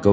各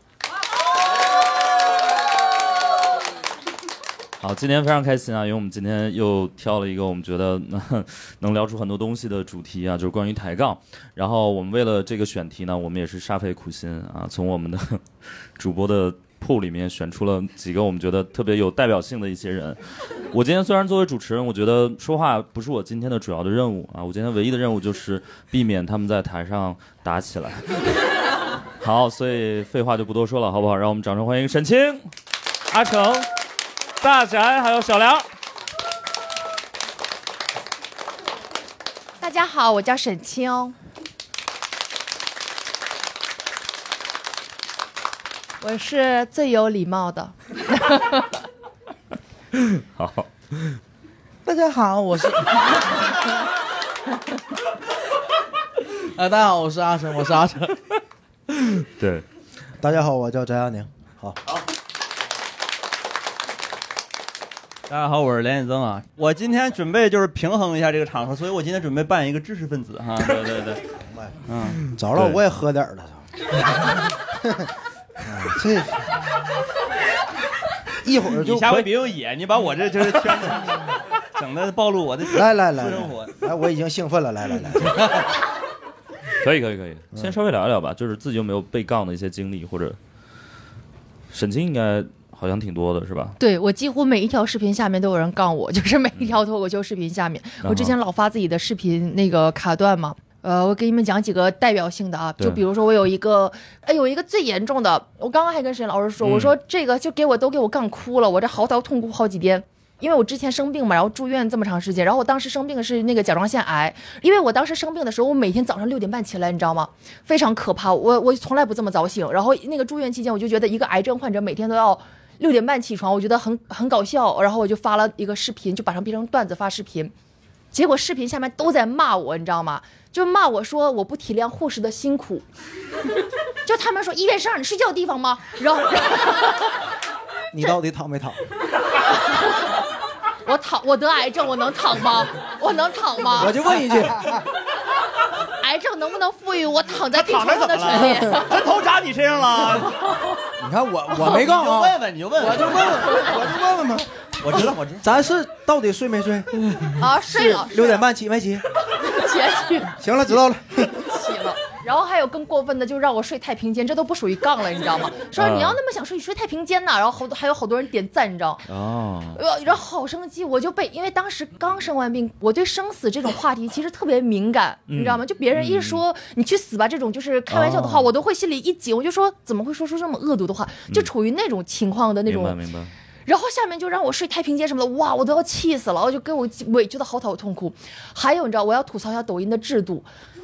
好，今天非常开心啊，因为我们今天又挑了一个我们觉得嗯能 聊出很多东西的主题啊，就是关于抬杠。然后我们为了这个选题呢，我们也是煞费苦心啊，从我们的 主播的铺里面选出了几个我们觉得特别有代表性的一些人。我今天虽然作为主持人，我觉得说话不是我今天的主要的任务啊，我今天唯一的任务就是避免他们在台上打起来。 好，所以废话就不多说了，好不好？让我们掌声欢迎沈清、 阿成、大哎宅还有小梁。大家好，我叫沈清。我是最有礼貌的，好， 大家好，我是。 哎啊，大家好，我是阿成，我是阿成。 对，大家好，我叫翟亚宁。啊好，大家好，我是连远增啊。我今天准备就是平衡一下这个场合，所以我今天准备扮演一个知识分子 哈。对对对，嗯，着了对我也喝点儿了。哎这一会儿就你下回回别用野，你把我这就是圈子，整的暴露我的来来来私生活来，来哎我已经兴奋了，来来 来，可以可以可以，先稍微聊一聊吧，就是自己有没有被杠的一些经历，或者沈清应该好像挺多的是吧？ 对我几乎每一条视频下面都有人杠我，就是每一条脱口秀视频下嗯面，我之前老发自己的视频那个卡段嘛。呃，我给你们讲几个代表性的啊，对就比如说我有一个，哎，有一个最严重的，我刚刚还跟沈老师说，嗯我说这个就给我都给我杠哭了，我这嚎啕痛哭好几天。因为我之前生病嘛，然后住院这么长时间，然后我当时生病的是那个甲状腺癌，因为我当时生病的时候，我每天早上六点半起来，你知道吗？非常可怕，我我从来不这么早醒。然后那个住院期间，我就觉得一个癌症患者每天都要六点半起床，我觉得很很搞笑。然后我就发了一个视频，就把它变成段子发视频，结果视频下面都在骂我，你知道吗？就骂我说我不体谅护士的辛苦， 就他们说医院是让你睡觉的地方吗？然后。 然后你到底躺没躺？我躺，我得癌症，我能躺吗？我能躺吗？我就问一句， 癌症能不能赋予我躺在病床上的权利？这头扎你身上 了。你看我我没杠你就啊，问问，你就问问，我就问问，我就问问嘛，我知道，我知道。咱是到底睡没睡？啊，睡了，六点半起没起？ 结局行了，知道了。起了。然后还有更过分的，就让我睡太平间，这都不属于杠了，你知道吗？说嗯你要那么想睡，你睡太平间呐。然后好多还有好多人点赞，你知道吗？哦，呃，然后好生气，我就被，因为当时刚生完病，我对生死这种话题其实特别敏感，你知道吗？就别人一说、你去死吧这种就是开玩笑的话，嗯哦我都会心里一紧，我就说怎么会说出这么恶毒的话？就处于那种情况的那嗯种明白 明白，然后下面就让我睡太平间什么的，哇，我都要气死了，我就给我委屈的嚎啕痛哭。还有，你知道我要吐槽一下抖音的制度，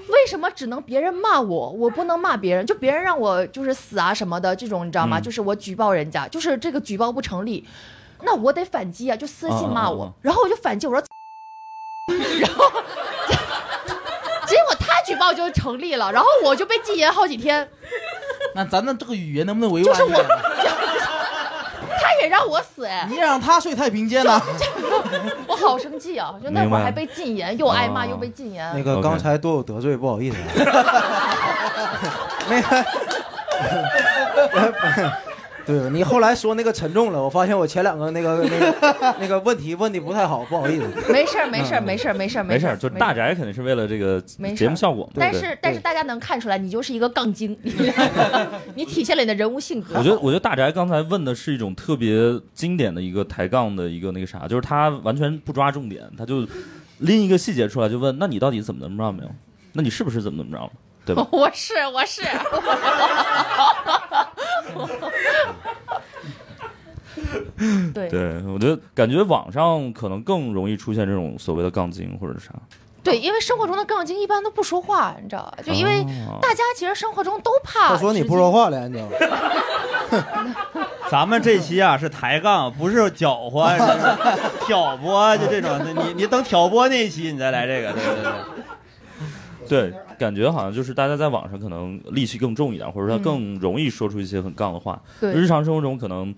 为什么只能别人骂我，我不能骂别人？就别人让我就是死啊什么的这种，你知道嗯吗？就是我举报人家，就是这个举报不成立，那我得反击啊，就私信骂我，啊啊啊然后我就反击，我说， 然后 结果他举报就成立了，然后我就被禁言好几天。那咱们这个语言能不能委就是我，他也让我死哎！你让他睡太平间呢？我好生气啊！就那明会白儿还被禁言，又挨骂哦又被禁言。那个 OK 刚才多有得罪，不好意思啊。那个， 对你后来说那个沉重了，我发现我前两个那个那个那个问题问的不太好，不好意思。没事儿，没事儿，没事儿，没事儿，没事事儿，儿，就没大事儿。宅肯定是为了这个没事儿节目效果嘛，对但不对？是但是大家能看出来，你就是一个杠精， 你体现了你的人物性格。我觉得，我觉得大宅刚才问的是一种特别经典的一个抬杠的一个那个啥，就是他完全不抓重点，他就拎一个细节出来就问，那你到底怎么怎么着没有？那你是不是怎么怎么着了？对吧？ 我是我是，对对，我觉得感觉网上可能更容易出现这种所谓的杠精或者是啥，对，因为生活中的杠精一般都不说话，你知道吧？就因为哦大家其实生活中都怕。我说你不说，话了，你知道吗？ 咱们这期啊是抬杠，不是搅和，是挑拨，就这种。你你等挑拨那一期你再来这个，对对对。对，啊感觉好像就是大家在网上可能戾气更重一点，或者说更容易说出一些很杠的话。嗯对日常生活中可能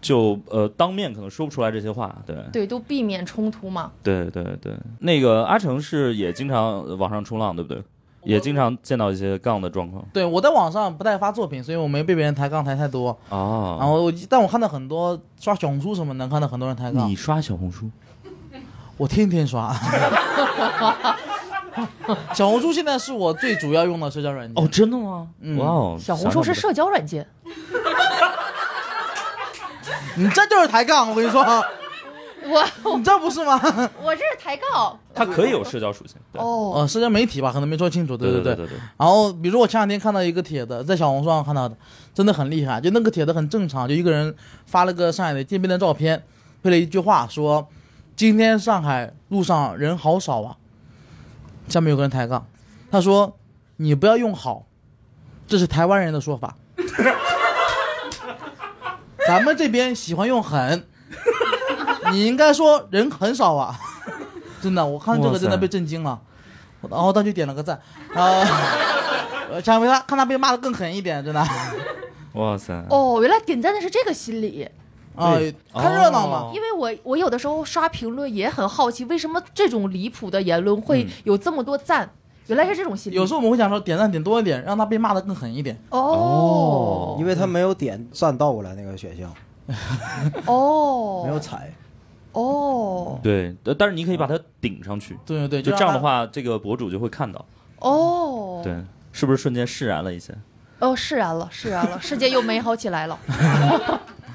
就呃当面可能说不出来这些话。对，对，都避免冲突 嘛。对对对，那个阿成是也经常网上冲浪，对不对？也经常见到一些杠的状况 对我在网上不太发作品，所以我没被别人抬杠抬太多。哦。然后我但我看到很多刷小红书什么能看到很多人抬杠哦你，刷小红书，我天天 刷。小红书现在是我最主要用的社交软件。哦，真的吗？嗯哇哦，小红书是社交软件，你这就是抬杠，我跟你说，我你这不是吗？ 我这是抬杠它可以有社交属性。对哦，呃，社交媒体吧，可能没说清楚，对对对对对对然后比如我前两天看到一个帖子，在小红书上看到的，真的很厉害。就那个帖子很正常，就一个人发了个上海的街边的照片，配了一句话说：“今天上海路上人好少啊。”下面有个人抬杠，他说：“你不要用好，这是台湾人的说 法，咱们这边喜欢用狠，你应该说人很少啊。” 真的，我看这个真的被震惊了，然后他就点了个赞，然后。呃，想为他看他被骂的更狠一点，真的。 哇塞！哦，原来点赞的是这个心理，哦啊对，哦看热闹嘛。因为我我有的时候刷评论也很好奇，为什么这种离谱的言论嗯会有这么多赞？原来是这种心理。有时候我们会想说点赞点多一点，让他被骂的更狠一点。哦因为他没有点赞倒过来那个选项，没有哦踩。哦对，呃但是你可以把它顶上去，对对对，就让这样他的，话，这个博主就会看到。哦，对，是不是瞬间释然了一些？哦，释然了，释然了， 世界又美好起来了。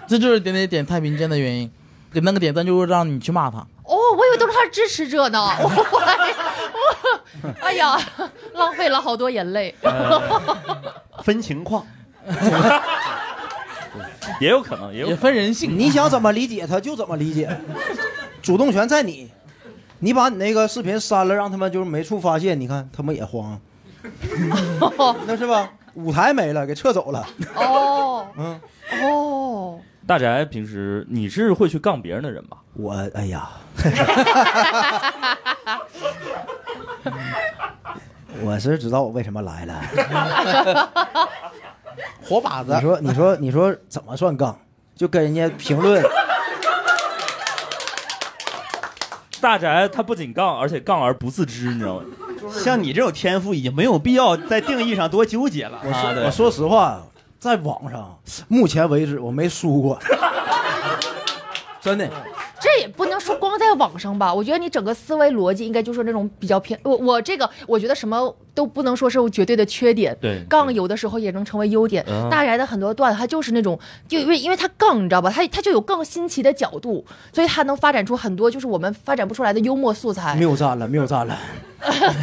这就是点点点太平间的原因。给那个点赞就会让你去骂他，哦，我以为都是他的支持者呢， 我我哎呀，浪费了好多眼泪。呃 呃分情况，也有可能，也有也可能分人性。你想怎么理解他就怎么理解，主动权在你。你把你那个视频删了，让他们就是没处发泄，你看他们也慌，那是吧？舞台没了，给撤走了。哦嗯，哦，大宅平时你是会去杠别人的人吧？我哎呀，我是知道我为什么来了。 活靶你子，说，你说，你说怎么算杠？就跟人家评 论，大宅他不仅杠，而且杠而不自知，你知道吗？像你这种天赋已经没有必要在定义上多纠结了。我说、啊，对我说实话，在网上目前为止我没 输过，真的。这也不能说光在网上吧，我觉得你整个思维逻辑应该就是那种比较偏。我我这个我觉得什么都不能说是绝对的缺点，对杠有的时候也能成为优点嗯。大宅的很多段他就是那种，就因为因为他杠，你知道吧，他他就有更新奇的角度，所以他能发展出很多就是我们发展不出来的幽默素材。谬赞了，谬赞了。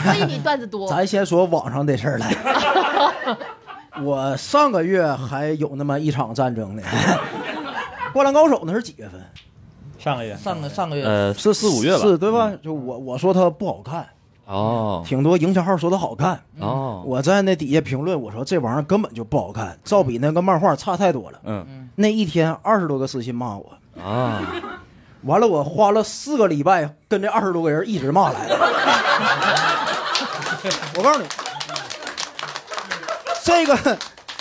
所以你段子多， 咱先说网上的事儿 来。我上个月还有那么一场战争呢， 《灌篮高手》那是几月份？上个月上个上个月，呃，是四五月吧？是对吧？就我我说它不好看，哦挺多营销号说它好看。哦，我在那底下评论，我说这玩意儿根本就不好看，照比那个漫画差太多了。嗯那一天二十多个私信骂我，啊，完了我花了四个礼拜跟这二十多个人一直骂来了。我告诉你，这个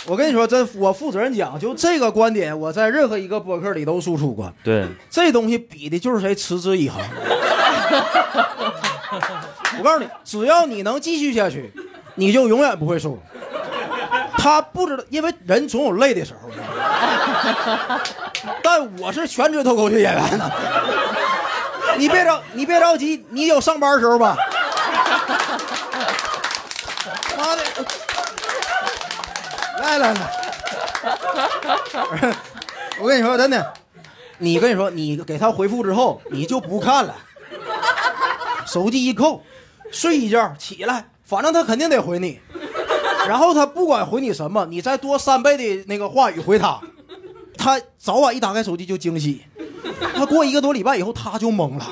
我跟你说，真我负责任讲，就这个观点，我在任何一个博客里都输出过。 对，这东西比的就是谁持之以恒。我告诉你，只要你能继续下去，你就永远不会输。他不知道，因为人总有累的时候。但我是全职脱口秀演员呢。你别着，你别着急，你有上班的时候吧。妈的！来来来， 我跟你说，真的，你跟你说，你给他回复之后，你就不看了，手机一扣，睡一觉起来，反正他肯定得回你。然后他不管回你什么，你再多三倍的那个话语回他，他早晚一打开手机就惊喜。他过一个多礼拜以后，他就懵了，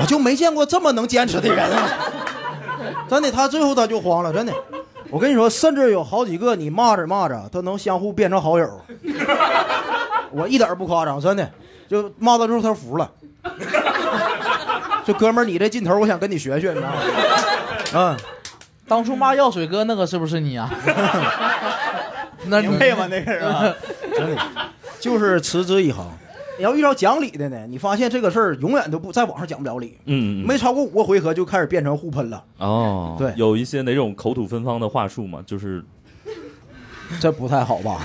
我就没见过这么能坚持的人啊！真的，他最后他就慌了，真的。我跟你说，甚至有好几个你骂着骂着，他能相互变成好友。我一点儿不夸张，真的，就骂到最后他服了。就哥们儿，你这劲头，我想跟你学学，你知道吗？嗯，当初骂药水哥那个是不是 你啊？那明白吗？那个人啊，真的，就是持之以恒。你要遇到讲理的呢，你发现这个事儿永远都不在网上讲不了理，嗯，嗯嗯没超过五个回合就开始变成互喷了。哦，对有一些哪种口吐芬芳的话术吗？就是这不太好吧？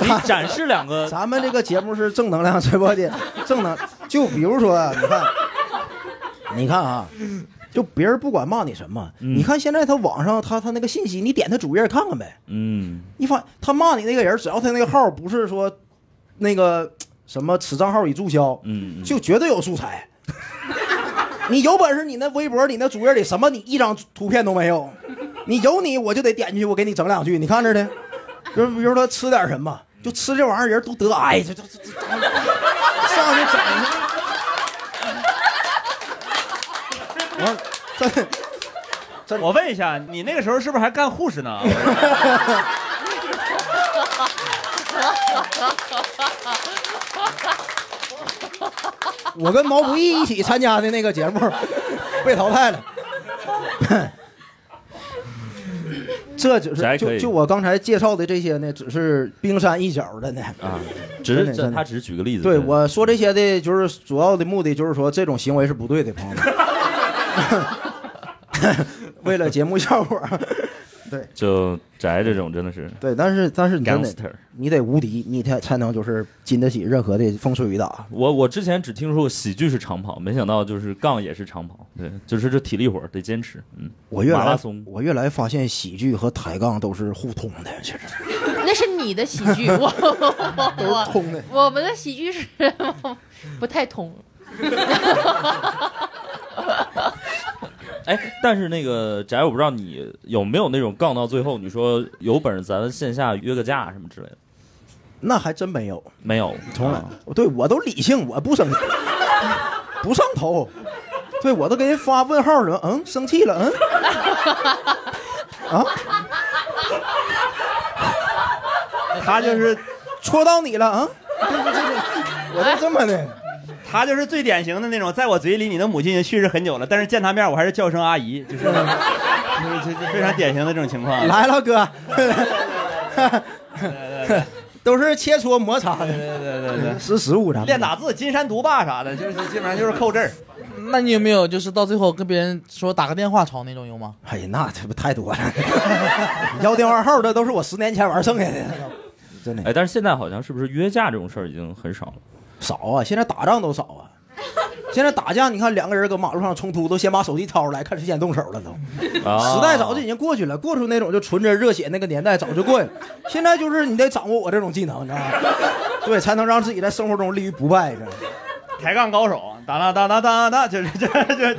你展示两 个，咱们这个节目是正能量直播间，正能就比如说，啊你看， 你看啊，就别人不管骂你什么，嗯你看现在他网上他他那个信息，你点他主页看看呗。 嗯一发他骂你那个人，只要他那个号不是说那个什么此账号已注销，嗯，嗯就绝对有素材。你有本事，你那微博、你那主页里什么，你一张图片都没有。你有你，我就得点进去，我给你整两句，你看着的。就比如说吃点什么，就吃这玩意儿，人都得癌，这这这这， 上去整去。我这我问一下，你那个时候是不是还干护士 呢？我跟毛不易一起参加的那个节目被淘汰了。这就这还是可以就就我刚才介绍的这些呢，只是冰山一角的呢。啊，只真是的这真的他只是举个例子，对我说这些的，就是主要的目的就是说这种行为是不对的，朋友们。 为了节目效果，对就宅这种真的是对，但是但是你真的 gangster。你得无敌，你才才能就是经得起任何的风吹雨打。我我之前只听说过喜剧是长跑，没想到就是杠也是长跑，对，就是这体力活儿得坚持，嗯，我越马拉来松我越来发现喜剧和抬杠都是互通的，其实那是你的喜剧，我都是我通的。我我们的喜剧是不太通。哎，但是那个翟，我不知道你有没有那种杠到最后，你说有本事咱们线下约个架什么之类的，那还真没有，没有，从来、啊对我都理性，我不生气，不上头。对我都给人发问号了，嗯，生气了，嗯，啊他就是戳到你了，啊、嗯，我就这么的。他就是最典型的那种，在我嘴里你的母亲已经去世很久了，但是见他面我还是叫声阿姨，就是就是 就是非常典嗯型的这种情况。来了，哥，都是切磋摩擦嗯的，对对对对，识时务咱们练打字、金山独霸啥的，就是基本上就是扣这儿。那你有没有就是到最后跟别人说打个电话吵那种有吗？ 哎呀，那这不太多了。要电话号的都是我十年前玩剩下的，真的哎，但是现在好像是不是约架这种事儿已经很少了？少啊。现在打仗都少啊。现在打架，你看两个人搁马路上冲突，都先把手机掏出来看谁先动手了都。啊时代早就已经过去了，过去那种就纯着热血那个年代早就过去了。现在就是你得掌握我这种技能，你知道吗？对，才能让自己在生活中立于不败。这抬杠高手，啊哒哒哒哒哒哒，就是这这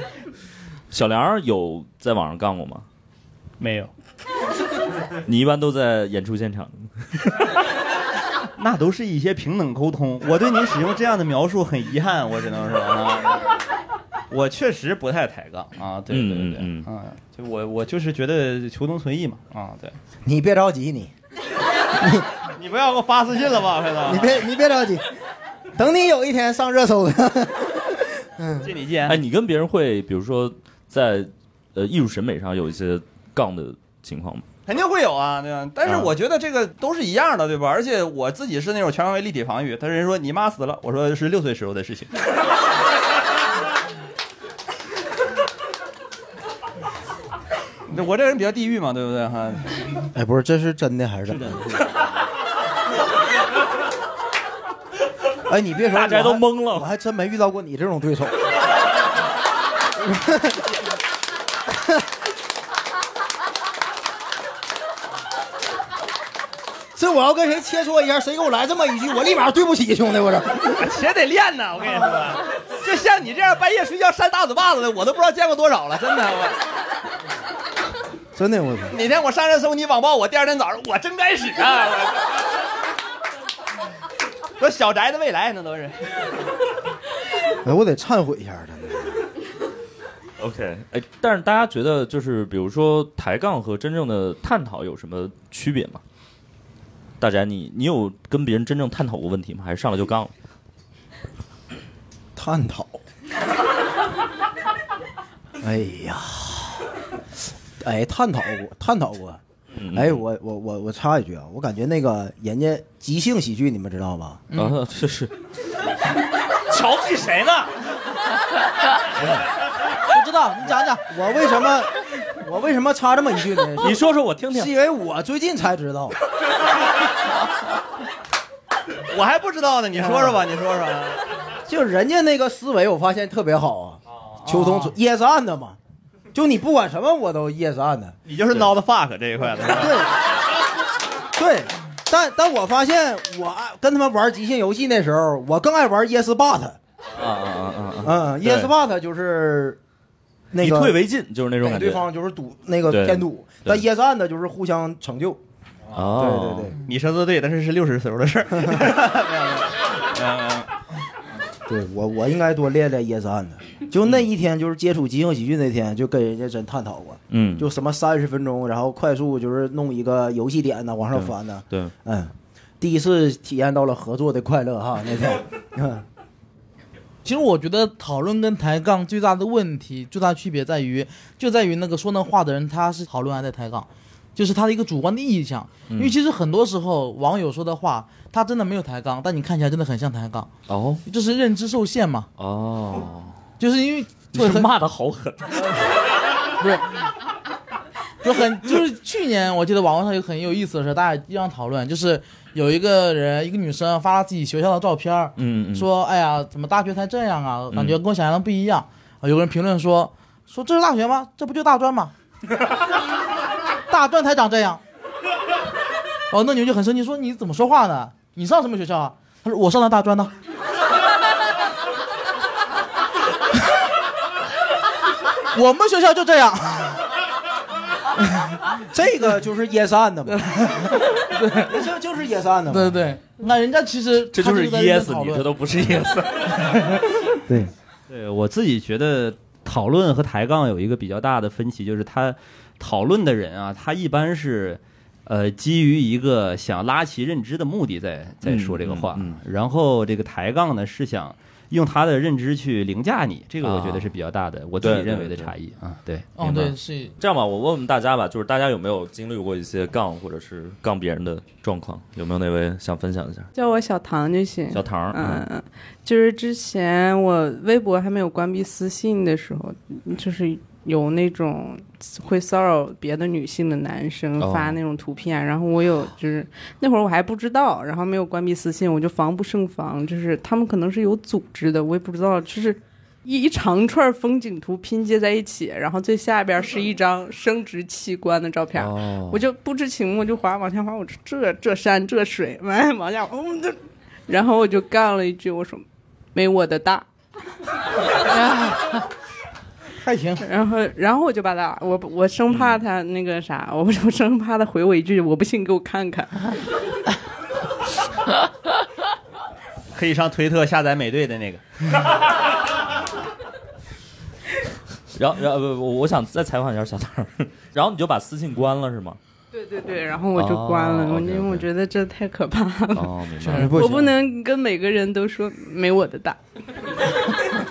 小梁儿有在网上杠过吗？没有，你一般都在演出现场， 那都是一些平等沟通。我对您使用这样的描述很遗憾，我只能说啊，我确实不太抬杠啊，对对对，啊嗯嗯就我我就是觉得求同存异嘛，啊，对，你别着急，你 你不要给我发私信了吧，快你子，别你别着急，等你有一天上热搜的。嗯借你见哎，，你跟别人会比如说在呃艺术审美上有一些杠的情况吗？肯定会有啊，对吧？但是啊我觉得这个都是一样的，对吧？而且我自己是那种全方位立体防御，但是人说你妈死了，我说是六岁时候的事情。我这人比较地狱嘛，对不对哈？哎，不是，这是真的还是怎么的？ 哎，你别说，大家都我还懵了我还真没遇到过你这种对手。 这我要跟谁切磋一下，谁给我来这么一句，我立马对不起兄弟，我这。且得练呐，我跟你说，就像你这样半夜睡觉扇大嘴巴子的，我都不知道见过多少了，真的。我真的，我操！哪天我上热搜你网暴我，第二天早上我真该死啊！我说小宅的未来那都是。哎，我得忏悔一下，真的。 OK，哎，但是大家觉得就是比如说抬杠和真正的探讨有什么区别吗？大宅，你你有跟别人真正探讨过问题吗？还是上来就杠了？探讨。哎呀，哎，探讨过，探讨过。哎，我我我我插一句啊，我感觉那个人家即兴喜剧，你们知道吗？啊，这是瞧不起谁呢？不知道你讲讲，我为什么我为什么插这么一句呢？你说说我听是听，因为我最近才知道， 我还不知道呢，你说说吧，你说啊说。 就人家那个思维，我发现特别好哦啊。求同存，yes and 嘛，就你不管什么我都 yes and。你就是 not fuck 这一块的，对，对，但但我发现我爱跟他们玩即兴游戏那时候，我更爱玩 E yes but，啊啊啊啊啊！嗯 E 对，yes but 就是那以个退为进，就是那种给感对觉。方就是赌那个对添堵，对但 yes and 就是互相成就，对哦，对对你说的对，但是是六十时候的事儿。对，我我应该多练练 yes and，就那一天就是接触即兴喜剧那天，就跟人家真探讨过，嗯，就什么三十分钟，然后快速就是弄一个游戏点呢往上翻呢，对，嗯，第一次体验到了合作的快乐哈，那 天，嗯。其实我觉得讨论跟抬杠最大的问题，最大区别在于，就在于那个说那话的人他是讨论还在抬杠，就是他的一个主观的意向。嗯因为其实很多时候网友说的话，他真的没有抬杠，但你看起来真的很像抬杠，哦就是认知受限嘛，哦，就是因为你会是很骂的好狠， 不是。就很就是去年我记得网络上有很有意思的事，大家经常讨论，就是有一个人一个女生发了自己学校的照片儿，嗯嗯，说：“哎呀，怎么大学才这样啊？感觉跟我想象的不一样。啊有个人评论说：“说这是大学吗？这不就大专吗？大专才长这样。”哦，那女的就很生气，说：“你怎么说话呢？你上什么学校啊？”他说：“我上的大专呢。”我们学校就这样， 这个就是 E yes and 嘛，这就是 yes and 嘛，对对对，那人家其实这就是他在 yes，讨你论这都不 是 E yes。对，对我自己觉得，讨论和抬杠有一个比较大的分歧，就是他讨论的人啊，他一般是。呃，基于一个想拉齐认知的目的在，在嗯说这个话，嗯然后这个抬杠呢是想用他的认知去凌驾你，这个我觉啊得是比较大的，我自己对对认为的对差异啊。对，哦， 明白对，是这样吧，我问问大家吧，就是大家有没有经历过一些杠或者是杠别人的状况？有没有哪位想分享一下？ 叫我小唐就行。小唐，嗯，嗯，就是之前我微博还没有关闭私信的时候，就是有那种会骚扰别的女性的男生哦发那种图片，然后我有就是那会儿我还不知道，然后没有关闭私信，我就防不胜防，就是他们可能是有组织的，我也不知道，就是。一一长串风景图拼接在一起，然后 最下边是一张生殖器官的照片，哦我就不知情，我就滑往下滑，我说这这山这水，完往下，哦，这，然后我就杠了一句，我说没我的大，还行，然后然后我就把他，我我生怕他那个啥，我我生怕他回我一句，我不信给我看看，可以上推特下载美队的那个， 然后，然后呃不，我我想再采访一下小唐，然后你就把私信关了是吗？对对对，然后我就关了，哦我 OK，OK 因为我觉得这太可怕了，哦，明确白实 了。不我行。不能跟每个人都说没我的大，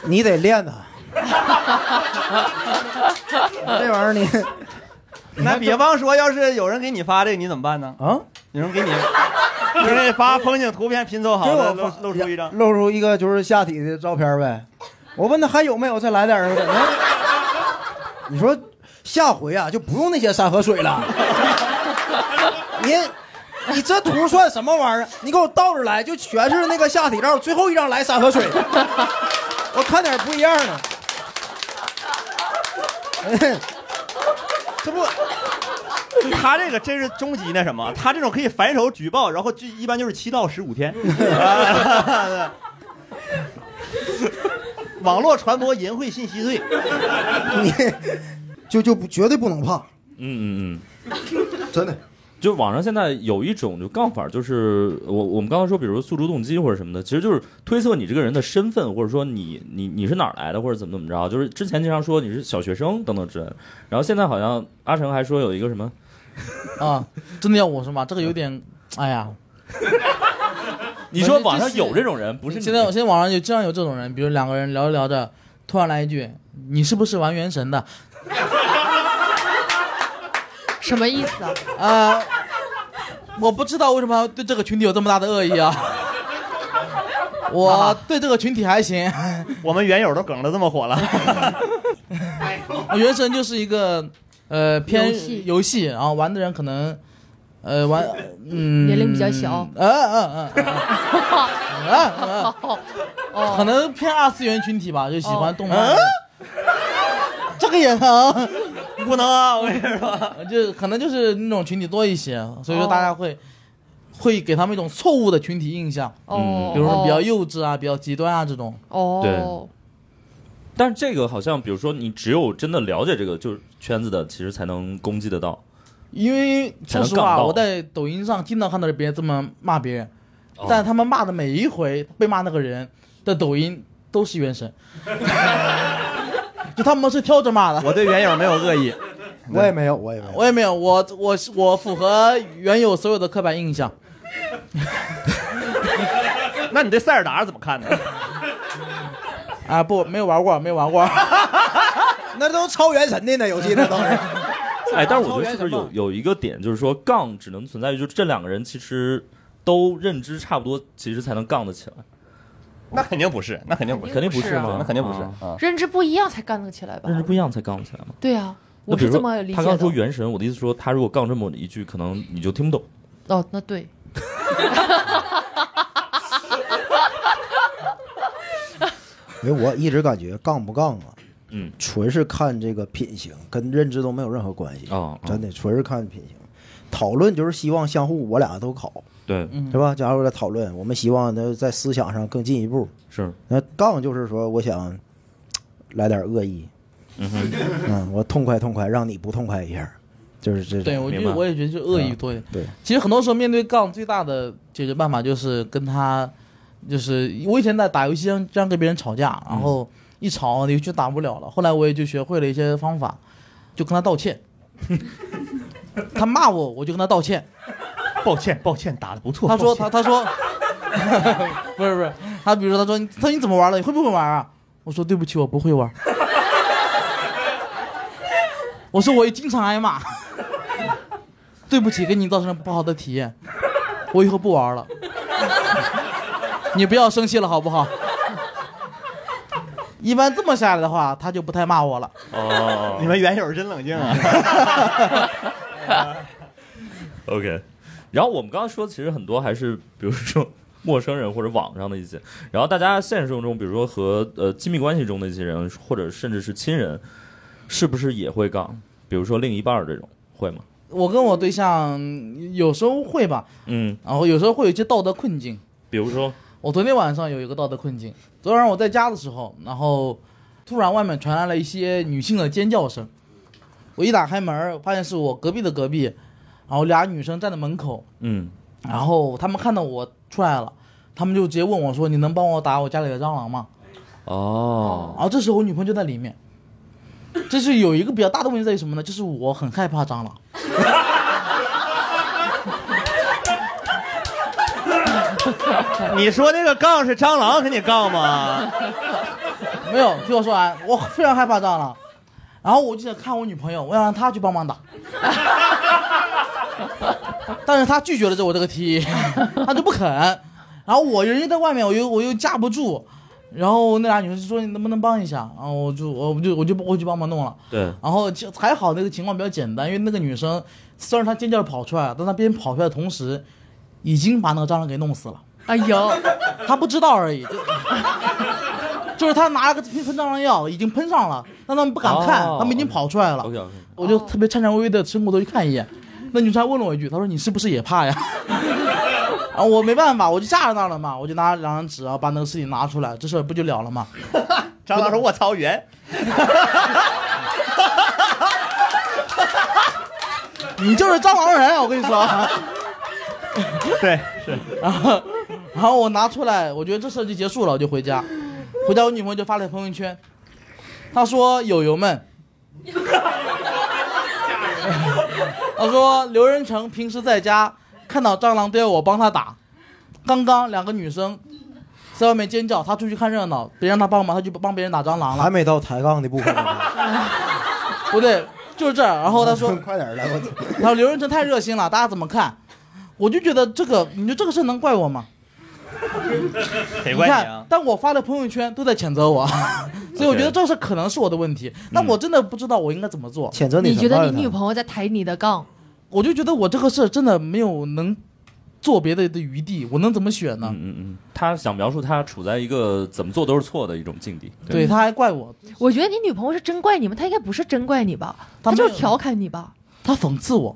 你得练呐， 这玩意 儿你呃 那比方说，要是有人给你发这个，你怎么办呢？啊，有人给你，有人给你发风景图片拼凑好给的，我露发露出一张。露出一个就是下体的照片呗。我问他还有没有，再来点儿。你说下回啊，就不用那些山和水了。你你这图算什么玩意儿？你给我倒着来，就全是那个下体照，最后一张来山和水。我看点儿不一样的。 这不 他这个真是终极那什么，他这种可以反手举报，然后就一般就是七到十五天。啊网络传播淫秽信息罪，你就就不绝对不能胖，嗯嗯嗯， 真的。就网上现在有一种就杠法，就是我我们刚刚说，比如诉诸动机或者什么的，其实就是推测你这个人的身份，或者说你你你是哪儿来的，或者怎么怎么着。就是之前经常说你是小学生等等之类的，然后现在好像阿成还说有一个什么啊，真的要我说吗？这个有点，哎呀，你说网上有这种人，不是你现在现在网上有经常有这种人，比如两个人聊着聊着，突然来一句：“你是不是玩《原神》的什么意思啊？”啊、我不知道为什么对这个群体有这么大的恶意啊！我对这个群体还行，我们原友都梗的这么火了， 《原神》就是一个呃偏游戏游戏，然后玩的人可能呃玩嗯年龄比较小嗯嗯嗯嗯啊嗯嗯哦嗯，哦，可能偏二次元群体吧，就喜欢动漫。这个也能，不能啊！我跟你说，就可能就是那种群体多一些，所以说大家会、会给他们一种错误的群体印象，哦，比如说比较幼稚啊、比较极端啊这种。哦，但是这个好像，比如说你只有真的了解这个就是圈子的，其实才能攻击得到。因为才说能实杠话，到我在抖音上经常看到别人这么骂别人，哦但他们骂的每一回被骂那个人的抖音都是原神， 就他们是挑着骂的。我对原友没有恶意，我也没有，我也没有。 我也没有，我我我符合原有所有的刻板印象。 那你对塞尔达怎么看呢？啊，不，没有玩过，没有玩过。 那都超原神的呢，游戏那都是。啊哎，但是我觉得是不是有有一个点，就是说杠只能存在于就这两个人其实都认知差不多，其实才能杠得起来。那肯定不是，那肯定不是，肯定不是是啊吗？那肯定不是啊啊。认知不一样才干得起来吧认？知不一样才杠得起来嘛。对啊，那我比是如这说么理他解刚说的。原神，我的意思说，他如果杠这么一句，可能你就听不懂。哦，那对，因为我一直感觉杠不杠啊，嗯，纯是看这个品行，跟认知都没有任何关系。啊哦，真的，纯是看品行。讨论就是希望相互我俩都好，对，嗯是吧？假如来讨论，我们希望呢在思想上更进一步。是，那杠就是说，我想来点恶意，嗯哼，嗯，我痛快痛快，让你不痛快一下，就是这种。啊对，我觉明得白我也觉得就恶意多一点。对，其实很多时候面对杠，最大的解决办法就是跟他，就是我以前在打游戏上这样跟别人吵架，然嗯后一吵游戏就打不了了。后来我也就学会了一些方法，就跟他道歉。 他骂我，我就跟他道歉。抱歉，抱歉，打的不错。他说抱他歉他说，不是不是，他比如说他说你他说你怎么玩的？你会不会玩啊？我说对不起，我不会玩。我说我也经常挨骂，对不起，给你造成了不好的体验，我以后不玩了。你不要生气了好不好？ 一般这么下来的话，他就不太骂我了。 哦你们原友真冷静啊。 OK，然后我们刚刚说，其实很多还是比如说陌生人或者网上的一些， 然后大家现实生活中，比如说和呃亲密关系中的一些人，或者甚至是亲人，是不是也会杠？比如说另一半儿这种，会吗？我跟我对象有时候会吧，嗯，然后有时候会有一些道德困境。比如说，我昨天晚上有一个道德困境。昨天晚上我在家的时候，然后突然外面传来了一些女性的尖叫声。我一打开门，发现是我隔壁的隔壁，然后俩女生站在门口，嗯，然后她们看到我出来了，她们就直接问我说：“你能帮我打我家里的蟑螂吗？”哦，然后这时候我女朋友就在里面。这是有一个比较大的问题在于什么呢？就是我很害怕蟑螂。你说那个杠是蟑螂跟你杠吗？没有，听我说完，我非常害怕蟑螂，然后我就想看我女朋友，我想让她去帮忙打，但是她拒绝了这我这个提议，她就不肯，然后我人又在外面，我又我又架不住，然后那俩女生就说你能不能帮一下，然后我就我就我就我就帮忙弄了，对，然后就还好那个情况比较简单，因为那个女生虽然她尖叫着跑出来，但她边跑出来的同时，已经把那个蟑螂给弄死了。哎呦，他不知道而已，就就是他拿了个喷喷蟑螂药，已经喷上了，但他们不敢看，哦他们已经跑出来了。 OK OK，我就特别颤颤巍巍的伸过头去看一眼，那女生还问了我一句，她说你是不是也怕呀？ 然后我没办法，我就架在那儿了嘛，我就拿两张纸啊，把那个事情拿出来，这事儿不就了了吗？ 蟑螂说：“我操，圆。你就是蟑螂人，我跟你说。” 对， 然后，然后我拿出来，我觉得这事儿就结束了，我就回家。回家，我女朋友就发了朋友圈，她说：“友友们， 她说刘仁成平时在家看到蟑螂都要我帮他打，刚刚两个女生在外面尖叫，他出去看热闹，别让他帮忙，他就帮别人打蟑螂了。还没到抬杠的部分呢，不对，就是这儿。然后他说 快点儿来，我操然后刘润成太热心了，大家怎么看？我就觉得这个，你说这个事能怪我吗？谁你怪你看啊，？但我发的朋友圈都在谴责 我，所以我觉得这事可能是我的问题。嗯但我真的不知道我应该怎么做， 谴责你觉什么得了你女他朋友在抬你的杠？我就觉得我这个事儿真的没有能做别的的余地，我能怎么选呢？嗯嗯嗯，他想描述他处在一个怎么做都是错的一种境地。对，他还怪我，我觉得你女朋友是真怪你吗？她应该不是真怪你吧？她她没有就是调侃你吧？他讽刺我。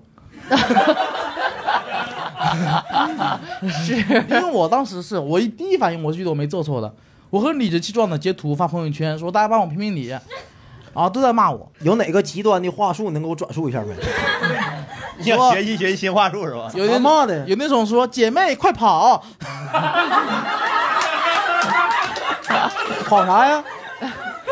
是，因为我当时是我一第一反应，我觉得我没做错的，我很理直气壮的截图发朋友圈说大家帮我评评理，然后都在骂我，有哪个极端的话术能给我转述 一下没？你想学习学习新话术是吧？有那他妈的有那种说姐妹快跑，跑啥呀？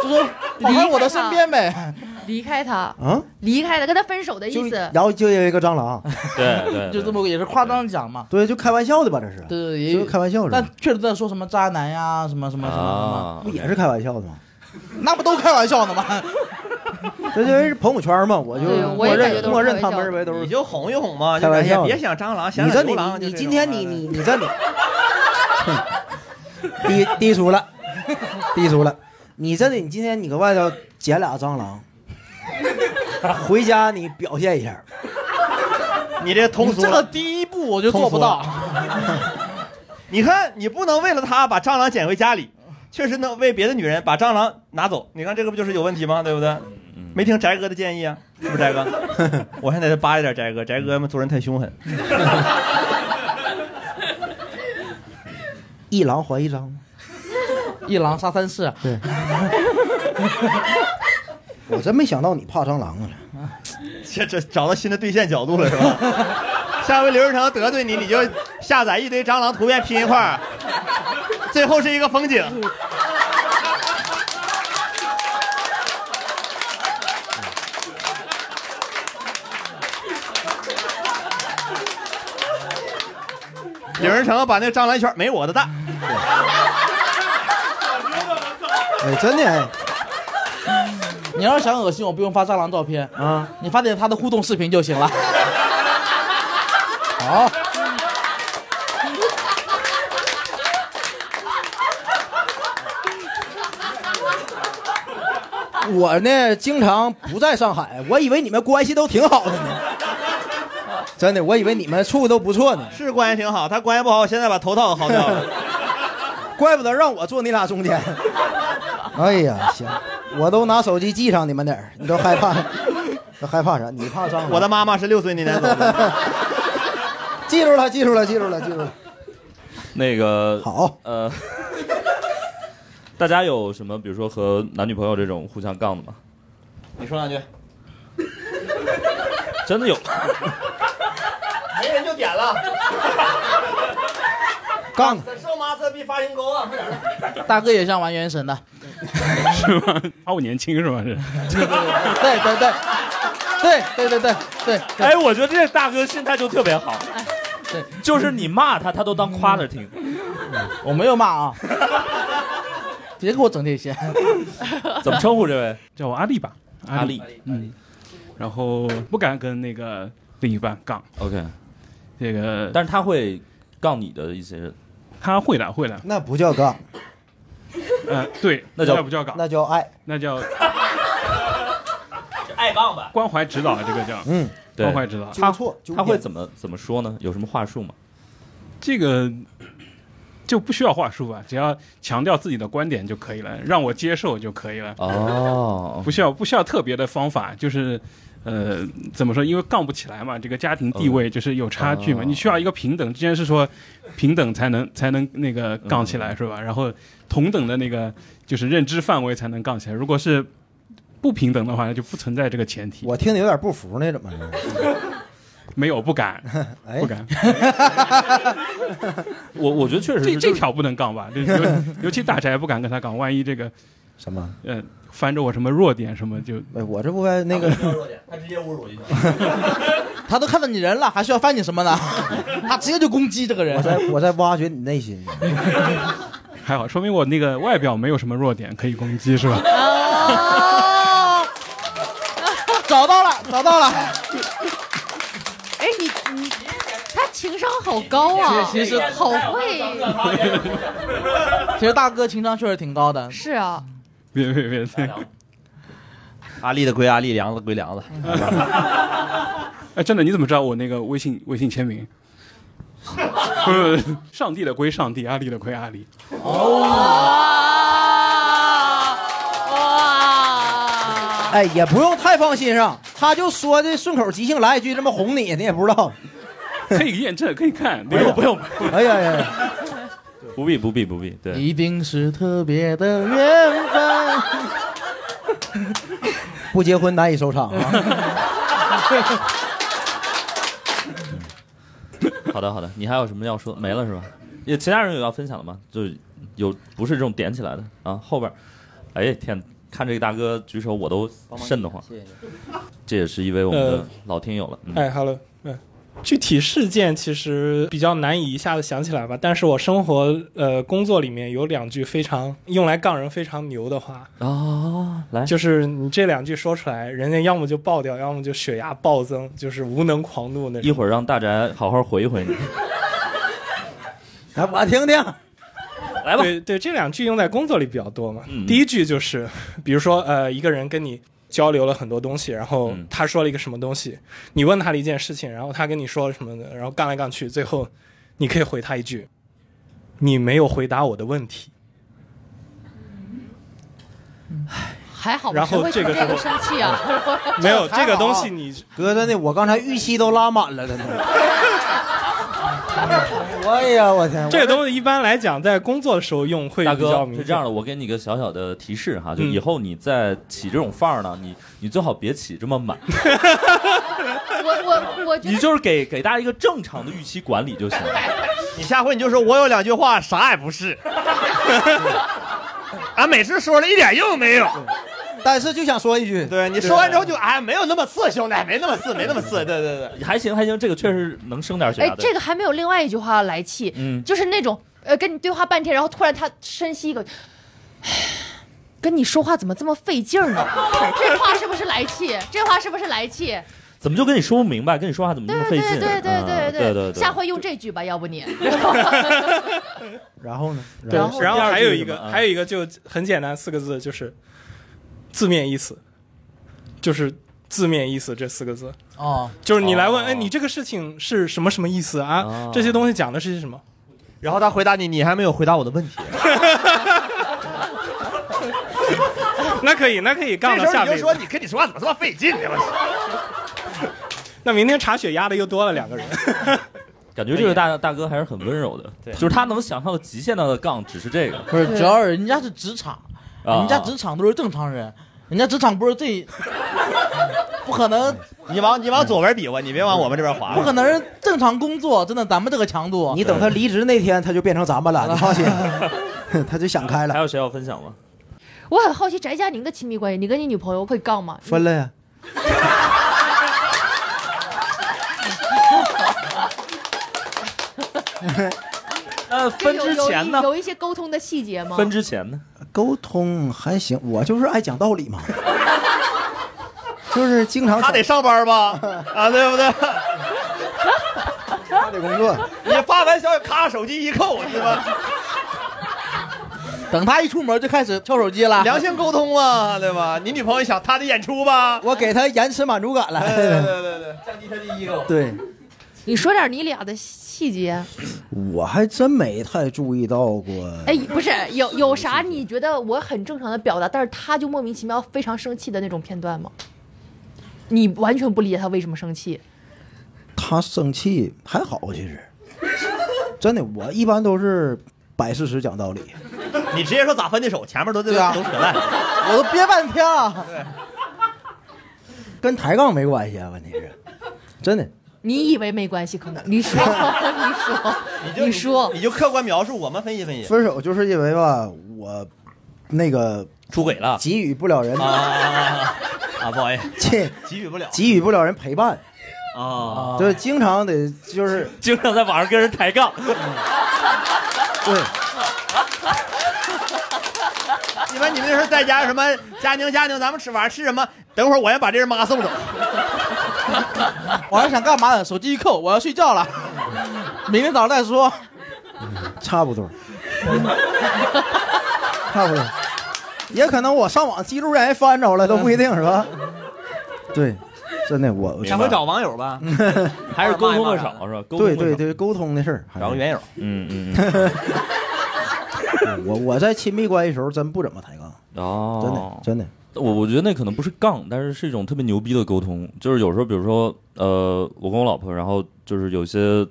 就说跑离到开我的身边呗。离开她，啊， 离开她，跟她分手的就意思。然后就因为一个蟑螂，对对，就这对么个也是夸张讲嘛，对，就开玩笑的吧，这是，对对也就有是开玩笑但的，确实在说什么渣男呀，什么什么什么啊不，也是开玩笑的吗？什么，那不都开玩笑呢吗？这因为是朋友圈嘛，我就对我也默感觉认都是默认开他玩笑们认为都是嗯你。就哄一哄嘛，就开玩感觉笑别想蟑螂，想你这想你牛郎。你就你是今天他妈你的你你这你，低低俗了，低俗了。你这你今天你搁外头捡俩蟑螂，回家你表现一下， 你这通俗这个了，第一步我就做不到， 你看你不能为了他把蟑螂捡回家里，确实能为别的女人把蟑螂拿走。你看这个不就是有问题吗？对不对？嗯没听翟哥的建议啊，是不是翟哥？ 我还得再扒一点翟哥，翟哥们做人太凶狠。一狼还一张。一狼杀三啊士， 我真没想到你怕蟑螂啊！这这找到新的兑现角度了是吧？下回刘润成得罪你，你就下载一堆蟑螂图片拼一块儿，最后是一个风景。刘润成把那蟑螂一圈没我的大，哎，真的哎你要是想恶心我，不用发蟑螂照片，啊，你发点他的互动视频就行了。好， 我呢经常不在上海，我以为你们关系都挺好的呢。 真的，我以为你们处都不错呢，是关系挺好，他关系不好，我现在把头套薅掉了。 怪不得让我坐你俩中 间。哎呀，行，我都拿手机记上你们点儿，你都害怕，都害怕啥？你怕蟑螂？我的妈妈是六岁那年走的， 记住了，记住了，记住了，记住了。那个好，呃， 大家有什么比如说和男女朋友这种互相杠的吗？你说两句，真的有， 没人就点了。啊杠受马特比发行高啊！大哥也像玩原神的，是吗？怕我年轻是吗？是。对对对对对对对对对对哎，我觉得这大哥心态就特别好，对，就是你骂他，他都当夸着听。嗯我没有骂啊，别给我整这些。怎么称呼这位？叫我阿丽吧，阿丽。嗯，然后不敢跟那个另一半杠， OK，这个但是他会杠你的一些，他会的，会的，那不叫杠，呃，对，那叫不叫杠，那叫爱。那叫爱杠吧。关怀指导，这个叫嗯，对关，怀指导。纠错，他会么？怎么怎么说呢？有什么话术吗？这个就不需要话术吧，只要强调自己的观点就可以了，让我接受就可以了，哦不，需要不需要特别的方法，就是。呃，怎么说？因为杠不起来嘛，这个家庭地位就是有差距嘛。嗯哦你需要一个平等，之前是说平等才能才能那个杠起来、嗯是吧？然后同等的那个就是认知范围才能杠起来。如果是不平等的话，那就不存在这个前提。我听着有点不服呢，怎么着？ 没有，不敢， 哎不，敢。我我觉得确实这是这就 是条不能杠吧？就是尤尤其大宅不敢跟他杠，万一这个什么？呃翻着我什么弱点什么就哎，我这不该 那个，他直接侮辱一下。他都看到你人了，还需要翻你什么呢？他直接就攻击这个人我。在我在挖掘你内心。 还好，说明我那个外表没有什么弱点可以攻击，是吧？哦，找到了，找到了。哎，你你，他情商好高啊，其实其实好会， 其实大哥情商确实挺高的，是啊，别别别，对 阿丽的归阿丽，梁子归梁子。 哎，真的，你怎么知道我那个微信微信签名？ 不是，不是上帝的归上帝，阿里的归阿里。哇哇，哎，也不用太放心上，他就说这顺口即兴来一句，这么哄你，你也不 知道。可以验证，可以看。不用不用，哎呀呀，不必不必不必，对，一定是特别的缘分。 不结婚难以收场啊！好的好的，你还有什么要说？没了是吧？也其他人有要分享的吗？就是有不是这种点起来的啊？后边儿，哎天，看这个大哥举手我都瘆得慌，谢谢。这也是一位我们的呃老听友了， 嗯哎，hello，哎，具体事件其实比较难以一下子想起来吧，但是我生活呃工作里面有两句非常用来杠人非常牛的话，啊，来，就是你这两句说出来，人家要么就爆掉，要么就血压暴增，就是无能狂怒那一种。会儿让大宅好好回一回你，来，我听听。来吧对对，这两句用在工作里比较多嘛。嗯第一句就是，比如说呃，一个人跟你交流了很多东西，然后嗯他说了一个什么东西，你问他了一件事情，然后他跟你说了什么的，然后杠来杠去，最后你可以回他一句：“你没有回答我的问题。还好吧，然后谁会这个冲这时候个生气啊，” 没 有啊还好这个东西你，哥，真的，我刚才预期都拉满了，真的。哎呀，我天！这个东西一般来讲在工作的时候用会大比较哥明是显。这样的，我给你个小小的提示哈，就嗯以后你再起这种范儿呢，你你最好别起这么满，我我我觉你得就是给给大家一个正常的预期管理就行了。 你下回你就说我有两句话啥也不是，俺每次说了一点用没有。但是就想说一句，对你说完之后就哎没有那么次，兄弟，没那么次，没那么次。对对对，还行还行，这个确实能升点血哎压，的。这个还没有另外一句话来气，嗯就是那种呃跟你对话半天，然后突然他深吸一口，唉 跟你说 话怎么这么费劲儿呢？这话是不是来气？这话是不是来气？怎么就跟你说不明白，跟你说话怎么那么费对劲？对对嗯对对对对，下回用这句吧，要不你然后呢？对，然后然后还有一嗯第个二句是什么，啊还有一个就很简单，四个字就是字面意思，就是字面意思这四个字，哦，就是你来哦问，哎，你这个事情是什么什么意思哦啊？这些东西讲的是些什么？然后他回答你，你还没有回答我的问题。 那可以，那可以杠到下辈子。你跟你说话怎么这么费劲呢？我那明天查血压的又多了两个人。感觉这位大大哥还是很温柔的，对就是他能想象的极限到的杠只是这个 不是，主要人家是职场，啊人家职场都是正常人，人家职场不是这，不可能，你往你往左边比划，你别往我们这边滑不。可能是正常工作，真的，咱们这个强度，你等他离职那天，他就变成咱们了，你放心。他就想开还了，有谁要分享吗？我很好奇翟佳宁的亲密关系，你跟你女朋友会杠吗？分 了呀。那分之前呢有有？有一些沟通的细节吗？分之前呢？沟通还行，我就是爱讲道理嘛，就是经常他得上班吧？啊，对不对？他得工作。 你发完消息，咔，手机一扣，是吧？等他一出门就开始敲手机了。良性沟通嘛，对吧？你女朋友想她得演出吧？我给他延迟满足感对对了。对对对，降低他的 ego。对，你说点你俩的细节。我还真没太注意到过。哎，不 是有有啥你觉得我很正常的表达，但是他就莫名其妙非常生气的那种片段吗？你完全不理解他为什么生气，他生气还好，其实真的，我一般都是摆事实讲道理。你直接说咋分的手，前面都都对啊都扯淡。我都憋半天了。跟抬杠没关系啊，问题是，真的， 你以为没关系，可能你说你说就说你就客观描述，我们分析分析。分手就是因为吧，我那个出轨了给予不了人啊啊啊！不好意思，这给予不了给予不了人陪伴，啊，就是经常得就是经常在网上跟人抬杠，对。一般你们那时候在家什么佳宁佳宁，咱们吃晚上吃什么？等会儿我要把这人妈送走。 晚上想干嘛呢？手机一扣，我要睡觉了，明天早上再说。差不多，差不多，也可能我上网记录让人翻着了都不一定是吧？ 对，真的我下回找网友吧， 还是沟通的少是 吧？沟通对的对少，对沟通的事儿，还是找个原友。嗯嗯 嗯，我我在亲密关系时候真不怎么抬杠，真的哦，真的，我我觉得那可能不是杠，但是是一种特别牛逼的沟通。就是有时候，比如说，呃，我跟我老婆，然后就是有些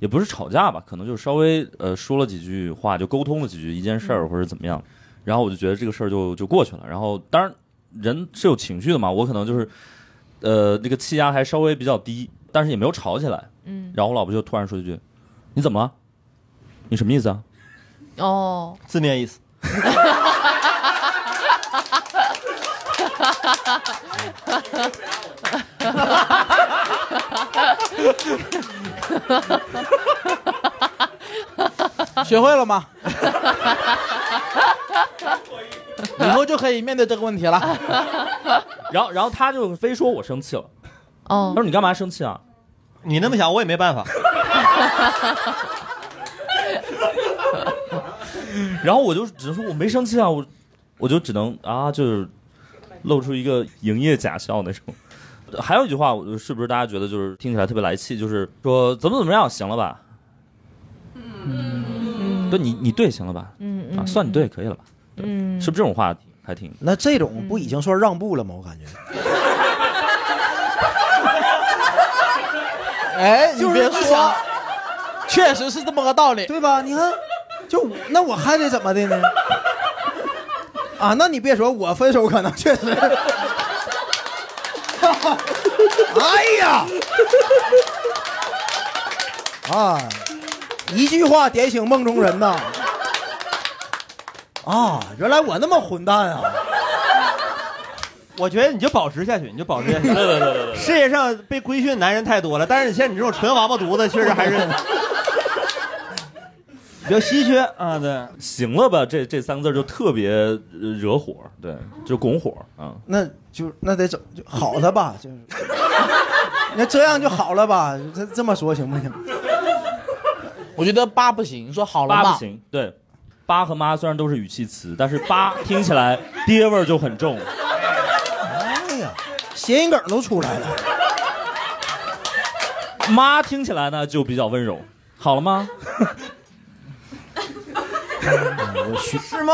也不是吵架吧，可能就稍微呃说了几句话，就沟通了几句一件事儿或者怎么样，然后我就觉得这个事儿就就过去了。然后当然人是有情绪的嘛，我可能就是呃那个气压还稍微比较低，但是也没有吵起来。嗯，然后我老婆就突然说一句：“你怎么了？你什么意思啊？”哦，字面意思。 学会了吗？ 以后就可以面对这个问题了。然后然后她就非说我生气了，她哦，说：“你干嘛生气啊？”你那么想，我也没办法。 然后我就只能说我没生气啊，我我就只能啊，就是露出一个营业假笑那种。 还有一句话，我就是不是大家觉得就是听起来特别来气，就是说怎么怎么样，行了吧？嗯，对你你对行了吧？嗯啊，嗯，算你对可以了吧？嗯，是不是这种话还挺那这种不已经算让步了吗？我感觉哎，你别就是想说，确实是这么个道理。对吧？你看，就我那我还得怎么的呢？啊，那你别说，我分手可能确实。 哎呀，啊，一句话点醒梦中人呐！啊，原来我那么混蛋啊！我觉得你就保持下去，你就保持下去。对对对对世界上被规训的男人太多了，但是你像你这种纯王八犊子，确实还是比较稀缺啊。对，行了吧？这这三个字就特别呃惹火，对，就拱火啊。那就那得怎就好他吧，就是， 那这样就好了吧？这这么说行不行？我觉得八不行，说好了八吧不，行，对，八和妈虽然都是语气词，但是八听起来爹味儿就很重。哎呀，谐音梗都出来了。妈听起来呢就比较温柔，好了吗？嗯是吗？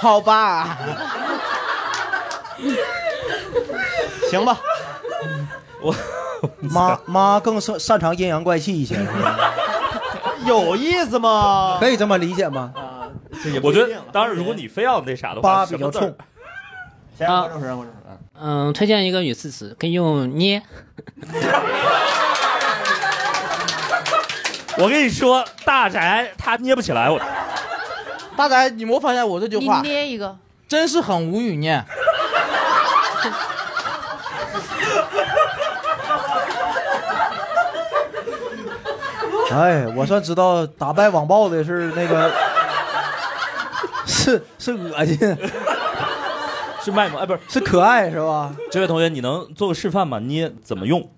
好吧， 行吧， 妈妈更擅擅长阴阳怪气一些， 有意思吗？可以这么理解吗？这也不我一觉定得，当然，如果你非要那啥的话，八什比么较字儿冲，先啊让观众说，让观众说。嗯，推荐一个语气词，可以用捏。我跟 你说，大宅他捏不起来我。大宅，你模仿一下 我这句你话，捏一个，真是很无语呢。哎，我算知道打败网暴的是 那个，是是恶心， 是卖萌哎，不是是可爱是吧？这位同学，你能做个示范吗？捏怎么用？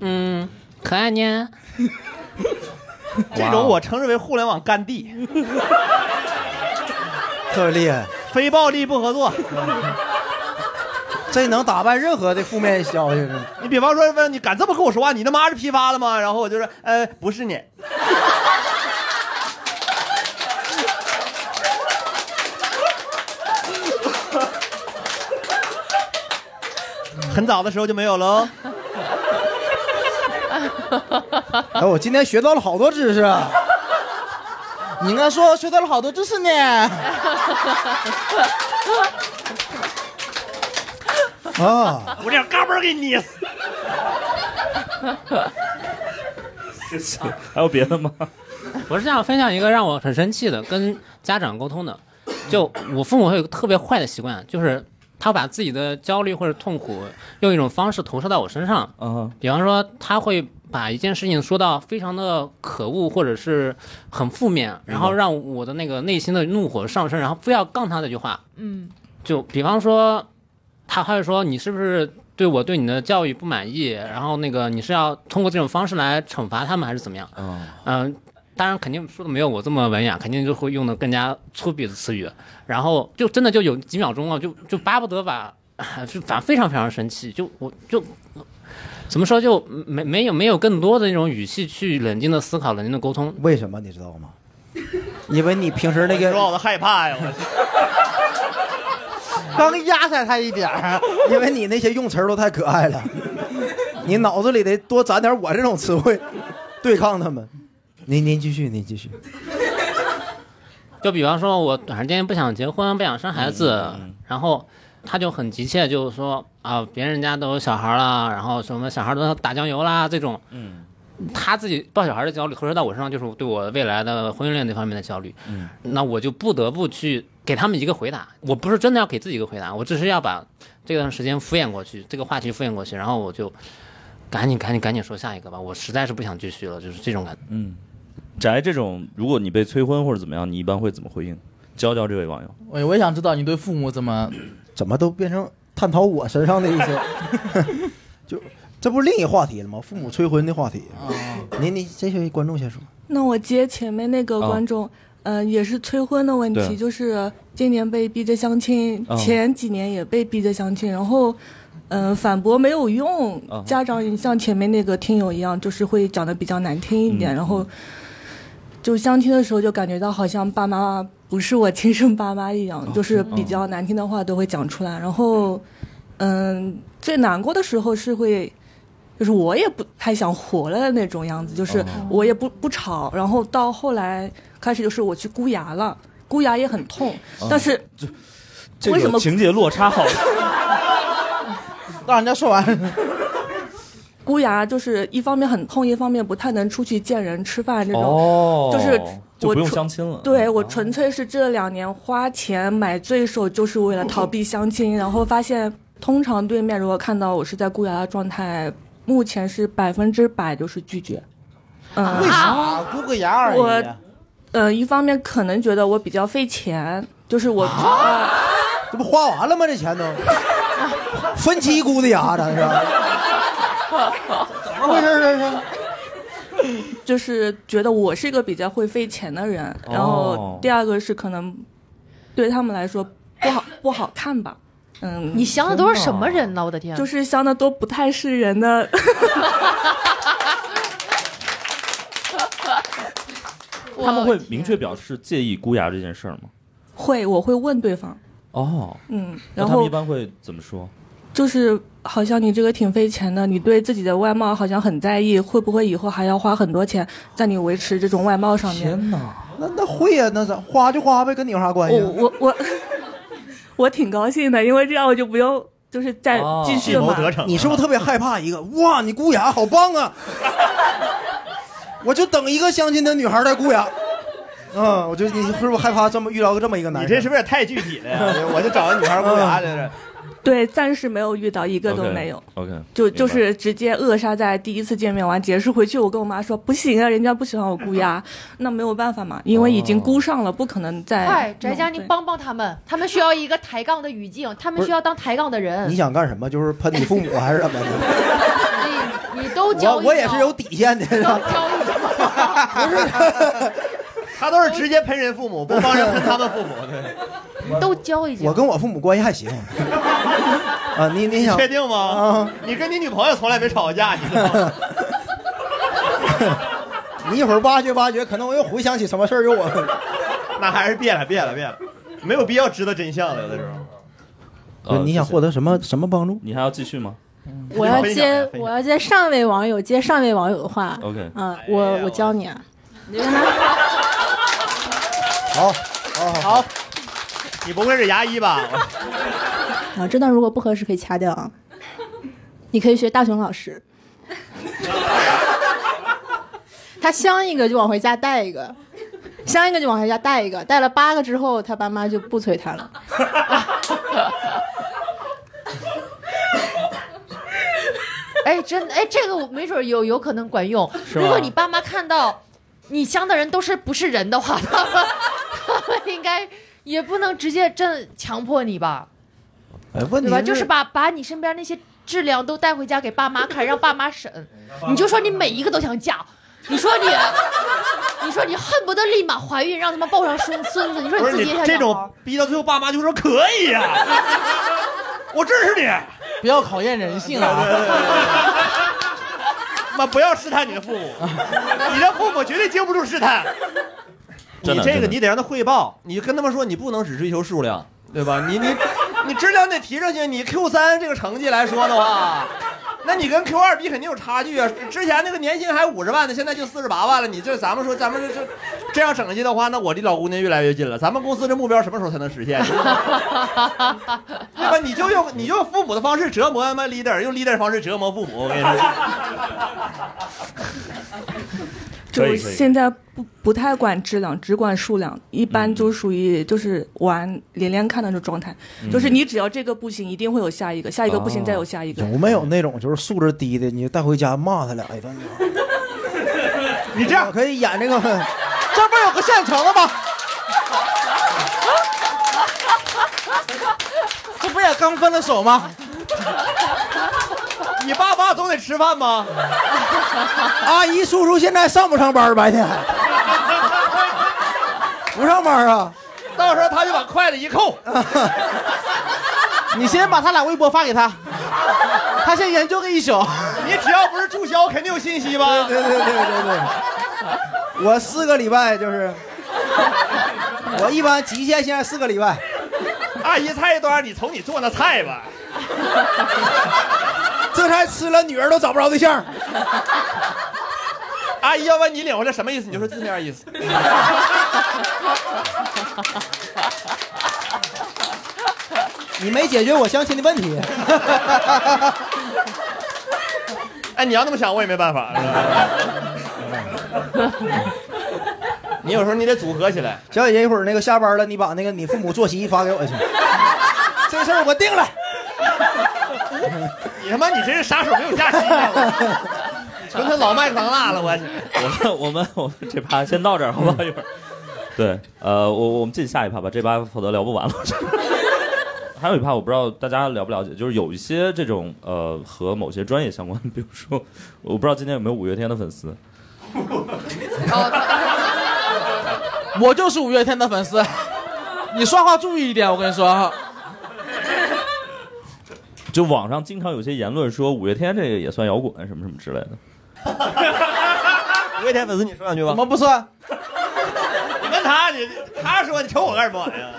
嗯，可爱捏。 这种我称之为互联网甘地，特别厉害，非暴力不合作。 这能打败任何的负面消息呢。你比方说问你敢这么跟我说话，你他妈是批发的吗？然后我就说，呃，不是你。很早的时候就没有喽。 哎，我今天学到了好多知识啊！你应该说学到了好多知识呢。啊， 我这嘎嘣儿给你捏死。 还有别的吗？我是想分享一个让我很生气的，跟家长沟通的。就我父母会有个特别坏的习惯，就是他把自己的焦虑或者痛苦用一种方式投射到我身上。嗯，比方说，他会把一件事情说到非常的可恶，或者是很负面，然嗯后让我的那个内心的怒火上升，然后非要杠他那句话。嗯就比方说，他还会说你是不是对我对你的教育不满意，然后那个你是要通过这种方式来惩罚他们还是怎么样？哦嗯、当然肯定说的没有我这么文雅，肯定就会用的更加粗鄙的词语，然后就真的就有几秒钟啊，就就巴不得把， 就反正非常非常生气，就我就。怎么说就没没有没有更多的那种语气去冷静的思考、冷静的沟通。为什么你知道吗？因为你平时那个说我都害怕呀， 刚压下他一点儿， 因为你那些用词儿都太可爱了，你脑子里得多攒点我这种词汇，对抗他们。您您继续，您继续。就比方说，我短时间不想结婚，不想生孩子，然后他就很急切，就是说啊，别人家都有小孩了，然后什么小孩都打酱油啦这种，嗯，他自己抱小孩的焦虑投射到我身上，就是对我未来的婚姻恋这方面的焦虑，嗯，那我就不得不去给他们一个回答。我不是真的要给自己一个回答，我只是要把这段时间敷衍过去，这个话题敷衍过去，然后我就赶紧赶紧赶紧说下一个吧，我实在是不想继续了，就是这种感觉。嗯，宅这种，如果你被催婚或者怎么样，你一般会怎么回应？教教这位网友。哎我我也想知道你对父母怎么怎么都变成探讨我身上的一些， 就这不是另一话题了吗？父母催婚的话题。您您这些观众先说。那我接前面那个哦啊观众，呃，也是催婚的问对题，就是今年被逼着相亲，啊前几年也被逼着相亲，然后，嗯、反驳没有用，啊家长也像前面那个听友一样，就是会讲的比较难听一点，嗯然后，就相亲的时候就感觉到好像爸妈不是我亲生爸妈一样，哦就是嗯比较难听的话都会讲出来，然后，嗯，最难过的时候是会。就是我也不太想活了的那种样子，哦就是我也不不吵，然后到后来开始就是我去箍牙了，箍牙也很痛，嗯嗯但是啊这为什么个情节落差好，让人家说完。 箍牙就是一方面很痛，一方面不太能出去见人吃 饭这种，哦就是就我不用纯相亲了嗯对我纯粹是这两年花钱买罪受，就是为了逃避相亲，然后发现通常对面如果看到我是在箍牙的状态，目前是百分之百就是拒绝。嗯，为啥箍个牙而已？我呃，一方面可能觉得我比较费钱，就是我、呃啊这不花完了吗？这 钱都分期估的牙，咱是怎么回事？这是就是觉得我是一个比较会费钱的人，哦然后第二个是可能对他们来说不好不好看吧。嗯，你想的都是什么啊人呢？我的天，就是想的都不太是人的。 他们会明确表示介意箍牙这件事儿吗？会，我会问对方，哦，嗯，那然他后们一般会怎么说？就是好像你这个挺费钱的，你对自己的外貌好像很在意，会不会以后还要花很多钱在你维持这种外貌上面？天哪，那那会呀、那咱花就花呗，跟你有啥关系啊？我我我我挺高兴的，因为这样我就不用就是再继续嘛。哦你是不是特别害怕一个？哇，你箍牙好棒啊！我就等一个相亲的女孩来箍牙。嗯，我就你是不是害怕这么遇到个这么一个男人？你这是不是也太具体了呀？ 我就找个女孩箍过牙，这是。 对，暂时没有遇到一个嗯都没有。 OK，就 就是直接扼杀在第一次见面完结束回去，我跟我妈说不行啊，人家不喜欢我 箍牙，那没有办法嘛，因为已哦经箍上了，不可能再快，弄翟佳，你对帮帮他们，他们需要一个抬杠的语境，他们不是需要当抬杠的人。你想干什么？就是喷你父母还是怎么的？你你都教我我也是有底线的。不是， 他都是直接喷人父母，不帮人喷他们 父母。都教一我跟我父母关系还行。啊，你你你想啊确定嗯吗？你跟你女朋友从来没吵过架，你知道吗？ 你一会儿挖掘挖掘，可能我又回想起什么事儿，又我 那还是别了，别了，别了，没有必要知道真相了，有的时候。呃你想获得什么什么帮助？你还要继续吗？我要接我要接上位网友接上位网友的话 OK 嗯，我我教你啊，好，好，好，你不会是牙医吧？啊，这段如果不合适可以掐掉啊，你可以学大熊老师。 他镶一个就往回家带一个，镶一个就往回家带一个，带了八个之后，他爸妈就不催他了。哎，真的哎，这个我没准有有可能管用。是如吗果你爸妈看到你相的人都是不是人的话，他们他们应该也不能直接真强迫你吧，哎，问对题吧？就是把把你身边那些质量都带回家给爸妈看，让爸妈审。你就说你每一个都想嫁，你说你。 你说你恨不得立马怀孕，让他们抱上孙孙子。你说不你是自己你也想啊这养种逼到最后，爸妈就说可 以呀、我支持你，不要考验人性啊！ 妈不要试探你的父 母，你的父母绝对经不住 试探。真你的这真个的你得让他汇报，你跟他们说你不能只追求数量，对吧？你你你质量得提上去。你 Q 三这个成绩来说的话，那你跟 Q 二比肯定有差距啊。之前那个年薪还五十万呢，现在就四十八万了。你这咱们说咱们这这这样整下去的话，那我离老姑娘越来越近了。咱们公司这目标什么时候才能实现？ 对吧？你就用你用父母的方式折磨他妈 leader，用 leader 的方式折磨父母。我跟你 说。就现在不不太管质量，只管数量，一般就属于就是玩连连看的这状态，嗯就是你只要这个不行，一定会有下一个，下一个不行、哦再有下一 个。有没有那种就是素质低的，你就带回家骂他俩一顿？你这样可 以演这个，这不有个现成的吗？这不也刚分了手吗？你爸妈总得吃饭吗？ 阿姨叔叔现在上不上班？ 白天不上班啊？到时候他就把筷子一扣。 你先把他俩微博发 给他，他先研究个一宿。你只要不是注销，肯定有信息吧？对对对对对。 我四个礼拜就是，我一般极限现在四个礼拜，阿姨菜端，你从你做那菜吧。这才吃了，女儿都找不着对象。 阿姨要问你领回来什么意思，你就说字面意思。 你没解决我相亲的问题。 哎，你要那么想，我也没办法。 你有时候你得组合起来。小姐姐，一会儿那个下班了，你把那个你父母坐席发 给我去，这事儿我定了。你他妈，你真是杀手没有假期啊！纯他老麦当辣了，我去。我们我们我们这趴先到这儿，好不嗯好？一会儿。对，呃，我我们进下一趴吧，这趴否则聊不完了。 还有一趴，我不知道大家了不了解，就是有一些这种呃和某些专业相关，比如说，我不知道今天有没有五月天的粉丝，我就是五月天的粉丝，你说话注意一点，我跟你说。就网上经常有些言论说五月天这个也算摇滚什么什么之类的。五月天粉丝，你说两句吧。怎么不算？你问他， 你他说你瞅我干什么玩意儿？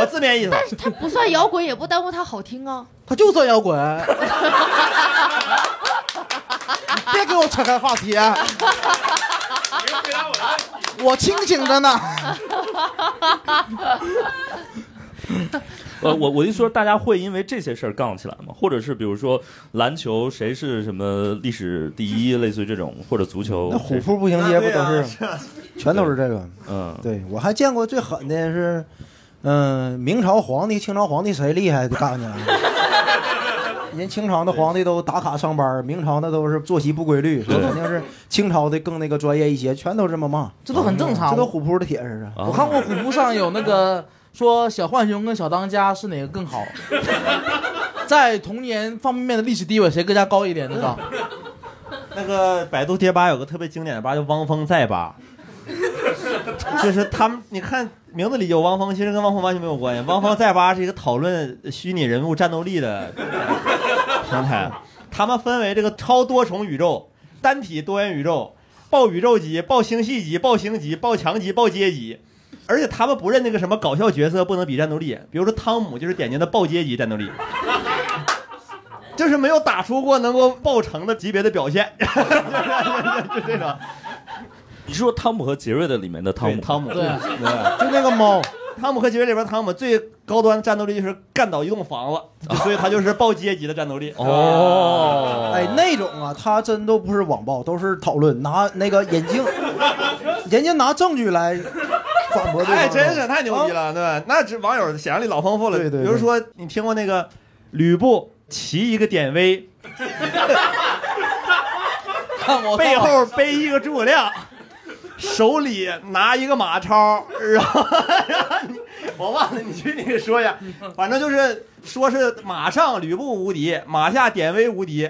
我字面意思。但是它不算摇滚，也不耽误它好听啊。他就算摇滚，别给我扯开话题，啊我清醒着呢。呃，我我一说，大家会因为这些事儿杠起来吗？或者是比如说篮球谁是什么历史第一，类似于这种，或者足球？那虎扑步行街不都是，啊全都是这个。嗯，对我还见过最狠的是，嗯、明朝皇帝、清朝皇帝谁厉害就干去了。啊 人清朝的皇帝都打卡上班，明朝那都是作息不规律，说对肯定是清朝的更那个专业一些，全都这么骂，嗯这都很正常这都虎扑的帖子啊。我看过虎扑上有那个说小浣熊跟小当家是哪个更好，在童年方面的历史地位谁更加高一点？那个那个百度贴吧有个特别经典的吧，叫汪峰在吧，就是他们，你看名字里有汪峰，其实跟汪峰完全没有关系。汪峰在吧是一个讨论虚拟人物战斗力的平台，他们分为这个超多重宇宙、单体多元宇宙、爆宇宙级、爆星系级、爆星级、爆强级、爆阶级。而且他们不认那个什么搞笑角色不能比战斗力，比如说汤姆就是典型的爆阶级战斗力，就是没有打出过能够爆成的级别的表现。 就这种。你是说汤姆和杰瑞的里面的汤姆？汤姆 对，啊啊就那个猫。汤姆和杰瑞里边，汤姆最高端的战斗力就是干倒一栋房子，就所以他就是报阶级的战斗力。哦哦哎哎，那种啊，他真都不是网暴，都是讨论，拿那个眼镜人家拿证据来反驳对方。哎，真是太牛逼了，对吧？那这网友想象力老丰富了。比如说，你听过那个吕布骑一个典韦，背后背一个诸葛亮，手里拿一个马超，然后 我忘了，你去你说一下，反正就是说是马上吕布无敌，马下典韦无敌，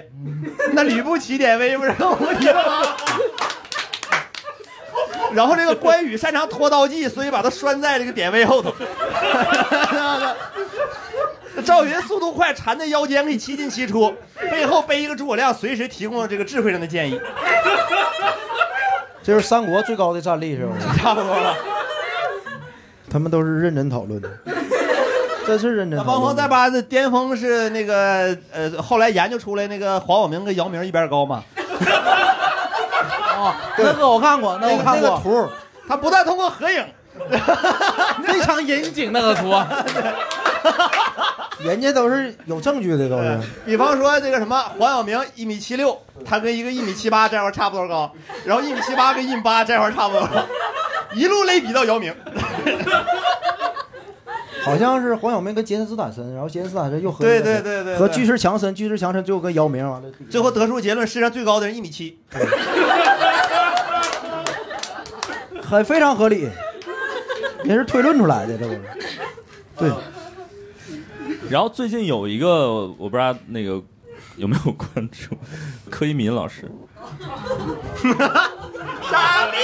那吕布骑典韦不是更无敌了吗？然后这个关羽擅长拖刀技，所以把他拴在这个典韦后头。 赵云速度快，缠在腰间可以七进七出，背后背一个诸葛亮，随时提供这个智慧上的建议， 这就是三国最高的战力是吧？ 差不多了。他们都是认真讨论的，这是认真那讨论的。王鹏在吧的巅峰是那个呃，后来研究出来那个黄晓明跟姚明一边高嘛。哦，那个我看过，那个我看过那个图，他不但通过合影， 非常严谨那个图。啊人家都是有证据的，都是。比方说这个什么黄晓明一米七六，他跟一个一米七八这块儿差不多高，然后一米七八跟一米八这块儿差不多高，一路类比到姚明。好像是黄晓明跟杰森斯坦森，然后杰森斯坦森又和对那个谁对对对对和巨石强森，巨石强森最后跟姚明完 了。最后得出结论，世界上最高的人一米七。很非常合理，也是推论出来的，这不是？对，然后最近有一个，我不知道那个有没有关注，柯一敏老师， 傻逼！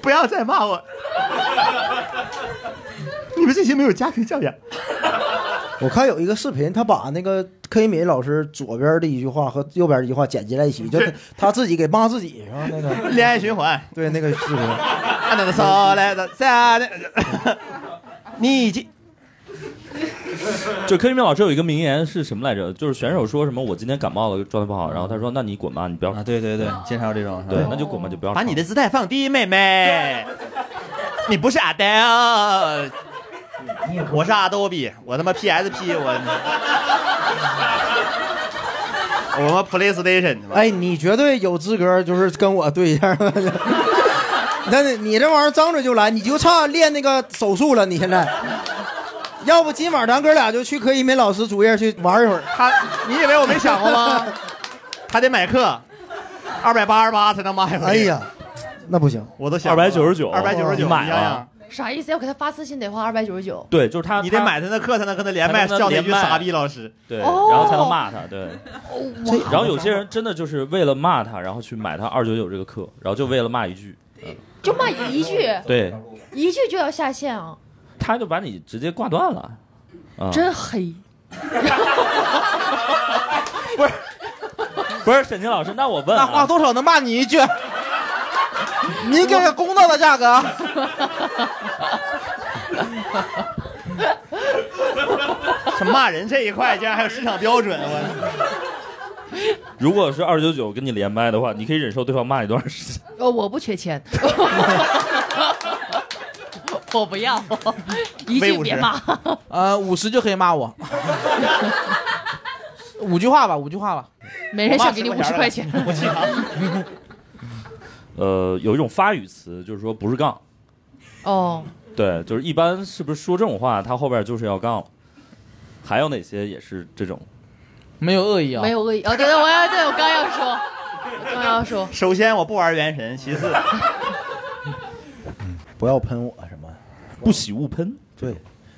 不要再骂我！你们这些没有家庭教养。我看有一个视频，他把那个柯以敏老师左边的一句话和右边的一句话剪辑在一起，就是他自己给骂自己，然后那个恋爱循环，对那个视 频，按照说来的，再的， 你已经就柯一敏老师有一个名言是什么来着？就是选手说什么我今天感冒了，状态不好，然后他说那你滚吧，你不要。啊，对对对，经常有这种。对，那就滚吧，就不要。把你的姿态放低，妹妹，你不是阿呆啊，我是阿多比，我他妈 PSP，我我们 PlayStation。哎，你绝对有资格就是跟我对一下。 那你你这玩意儿张嘴就来，你就差练那个手速了。你现在，要不今晚咱哥俩就去柯以敏老师主页去玩一会儿。他，你以为我没想过吗？他得买课，二百八十八才能买回来。哎呀，那不行，我都二百九十九， 299你买啊你想想了。 啥意思？要给他发私信得花二百九十九。对，就是他，你得买他的课，才能跟他连麦，才能叫他一连句麦傻逼 老师。对，哦然后才能骂他，对。这然后有些人真的就是为了骂他，然后去买他二九九这个课，然后就为了骂一句，就骂一句，对，一句就要下线啊，他就把你直接挂断了。啊，真黑。不是沈清老师，那我问、啊，那花多少能骂你一句？你给个公道的价格。这骂人这一块，竟然还有市场标准，我如果是二九九跟你连麦的话，你可以忍受对方骂你多长时间？呃，我不缺钱， 我不 要，一句别骂。呃，五十就可以骂我。五句话吧，五句话吧。没人想给你五十块钱。啊呃，有一种发语词，就是说不是杠， 哦，对，就是一般是不是说这种话，他后边就是要杠了。还有哪些也是这种？没有恶意没有恶意。哦，对对，我要对我刚要说，我刚要说，首先我不玩原神，其次 不要喷我什么，不喜勿喷。对，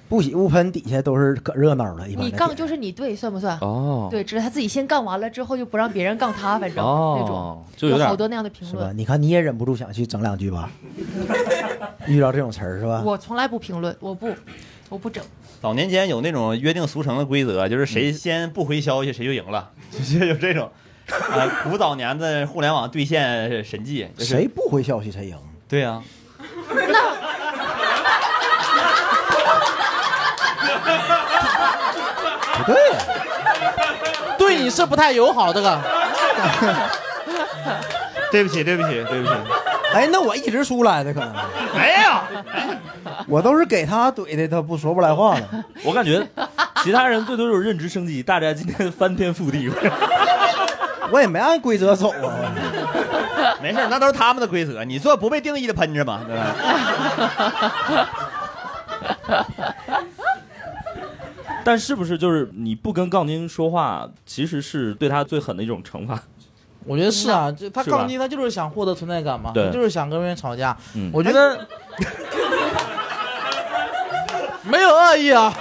不喜勿喷，底下都是可热闹了，一般你的杠点就是你对，算不算？哦对，只是他自己先杠完了之后，就不让别人杠他，反正那种哦就有点好多那样的评是吧？论。你看你也忍不住想去整两句吧， 遇到这种词儿啊是吧？我从来不评论，我不，我不整。早年间有那种约定俗成的规则，就是嗯谁先不回消息谁就赢了， 就是有这种。呃，古早年的互联网兑现神迹，就是谁不回消息谁赢？对啊呀、不对呀、对你是不太友好，这 个。对不起，对不起，对不起，哎，那我一直出来的可能，没有。我都是给他怼的，他不说不来话了。我 感觉其他人最多就是认知升级，大家今天翻天覆地。我也没按规则走啊。没事儿，那都是他们的规则，你做不被定义的喷子嘛，对吧？但是不是就是你不跟杠精说话，其实是对他最狠的一种惩罚？我觉得是啊，就他是吧杠精，他就是想获得存在感嘛，对他就是想跟别人吵架。嗯我觉得没有恶意啊，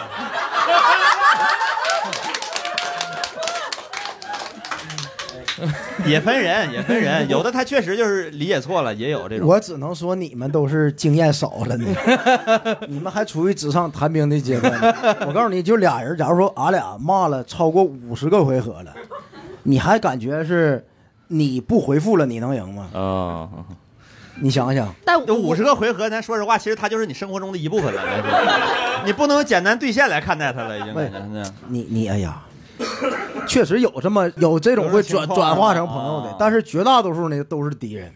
也分人，也分人，有的他确实就是理解错了，也有这种。我只能说你们都是经验少了呢，你们还处于纸上谈兵的阶段呢。我告诉你，就俩人，假如说俺俩骂了超过五十个回合了，你还感觉是你不回复了，你能赢吗？啊、哦你想想，但有五十个回合，咱说实话，其实他就是你生活中的一部分了， 你不能简单兑现来看待他了，已经感觉那样。你你哎呀，确实有这么有这种会转有这种情况啊转化成朋友的，但是绝大多数呢都是敌人，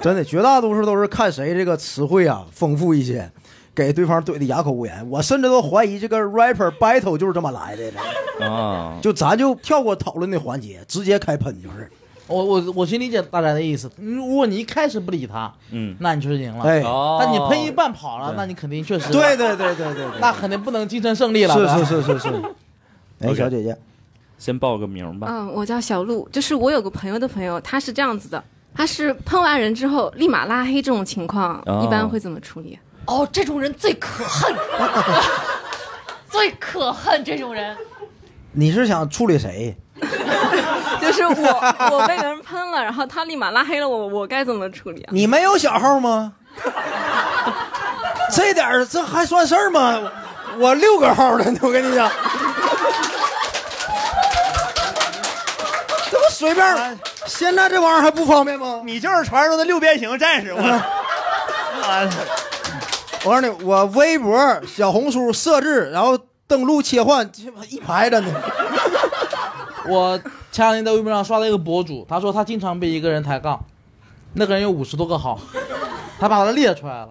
真的绝大多数都是看谁这个词汇啊丰富一些，给对方怼的哑口无言。我甚至都怀疑这个 rapper battle 就是这么来的，啊，就咱就跳过讨论的环节，直接开喷就是。我我我先理解大家的意思。嗯如果你一开始不理他，嗯，那你就是赢了。哎哦那你喷一半跑了对，那你肯定确实对对对对对对那肯定不能晋升胜利了。对吧是是是是是。哎，小姐姐，先报个名啊吧。嗯，我叫小鹿，就是我有个朋友的朋友，他是这样子的，他是喷完人之后立马拉黑这种情况，哦一般会怎么处理？啊哦，这种人最可恨， 最可恨这种人。你是想处理谁？就是我我被人喷了，然后他立马拉黑了我，我该怎么处理啊？ 你没有小号吗？这点儿这还算事儿吗？我六个号呢，我跟你讲，这不随便？现在这玩意儿还不方便吗？嗯你就是传说中的六边形哎战士，我。我告诉你，我微博、小红书设置，然后登录切换，这一排着呢。我前两天在微博上刷到一个博主，他说他经常被一个人抬杠，那个人有五十多个好，他把他列出来了，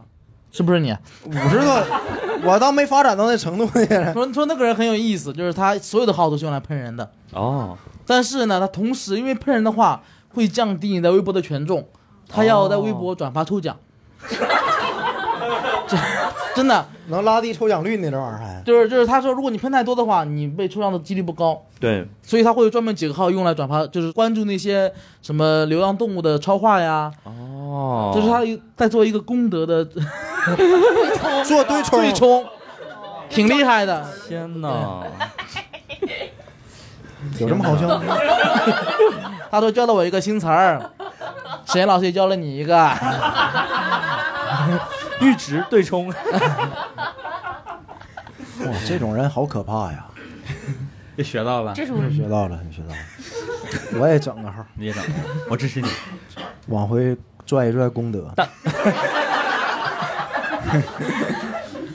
是不是你？五十多，我倒没发展到那程度呢。 说说那个人很有意思，就是他所有的号都是用来喷人的，哦，但是呢，他同时因为喷人的话会降低你的微博的权重，他要在微博转发抽奖， 这真的能拉低抽奖率呢，这玩意儿还。就是就是他说如果你喷太多的话，你被抽奖的几率不高。对，所以他会有专门几个号用来转发，就是关注那些什么流浪动物的超话呀，哦，就是他在做一个功德的做对冲，对冲，挺厉害的。天哪，有这么好笑吗？ 他说教了我一个新词儿，沈岩老师也教了你一个，阈值对冲。哇，这种人好可怕呀！就学到啊了，这种人学到了，你学到了。我也整个号，你也整，我支持你。往回拽一拽功德。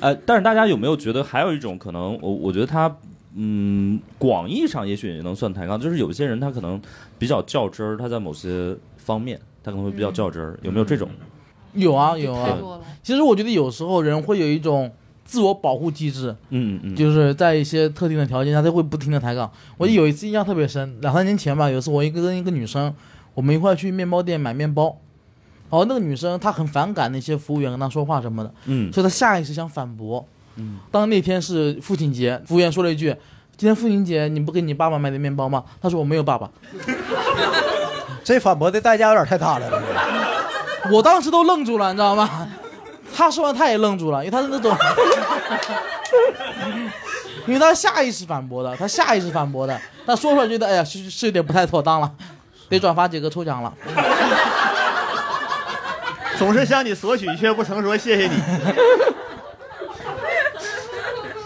呃，但是大家有没有觉得还有一种可能？我我觉得他，嗯，广义上也许也能算抬杠，就是有些人他可能比较较真儿，他在某些方面他可能会比较较真儿，有没有这种？有啊有太啊多。其实我觉得有时候人会有一种自我保护机制，嗯嗯嗯，嗯就是在一些特定的条件下，他会不停的抬杠。我有一次印象特别深，两三年前吧，有一次我一个跟一个女生，我们一块去面包店买面包，然后那个女生她很反感那些服务员跟她说话什么的，嗯所以她下意识想反驳。嗯，当那天是父亲节，服务员说了一句：“今天父亲节你不给你爸爸买点面包吗？”她说：“我没有爸爸。 这反驳的代价有点太大了。”我当时都愣住了，你知道吗？她说完她也愣住了，因为她是那种。 因为他下意识反驳的，他下意识反驳的，他说出来觉得哎呀是是有点不太妥当了，得转发几个抽奖了。总是向你索取，却不曾说谢谢你。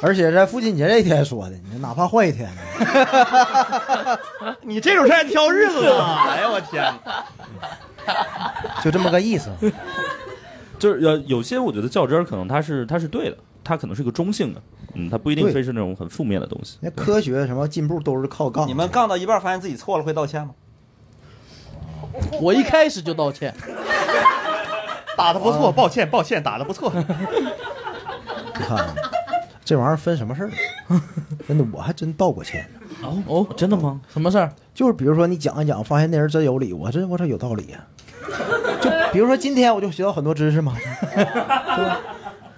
而且在父亲节这一天说的，你哪怕换一天呢？ 你这种事儿还挑日子 呢？哎呀，我天！就这么个意思。 就是呃，有些我觉得较真儿可能他是他是对的，他可能是个中性的，嗯，他不一定对非是那种很负面的东西。那科学什么进步都是靠杠。你们杠到一半，发现自己错了，会道歉吗？我一开始就道歉，打的不错，抱歉，抱歉，打的不错。你看，这玩意儿分什么事儿？真的，我还真道过歉。哦哦，真的吗？什么事儿？就是比如说你讲一讲，发现那人真有理，我真我操有道理呀、就比如说今天我就学到很多知识嘛，对吧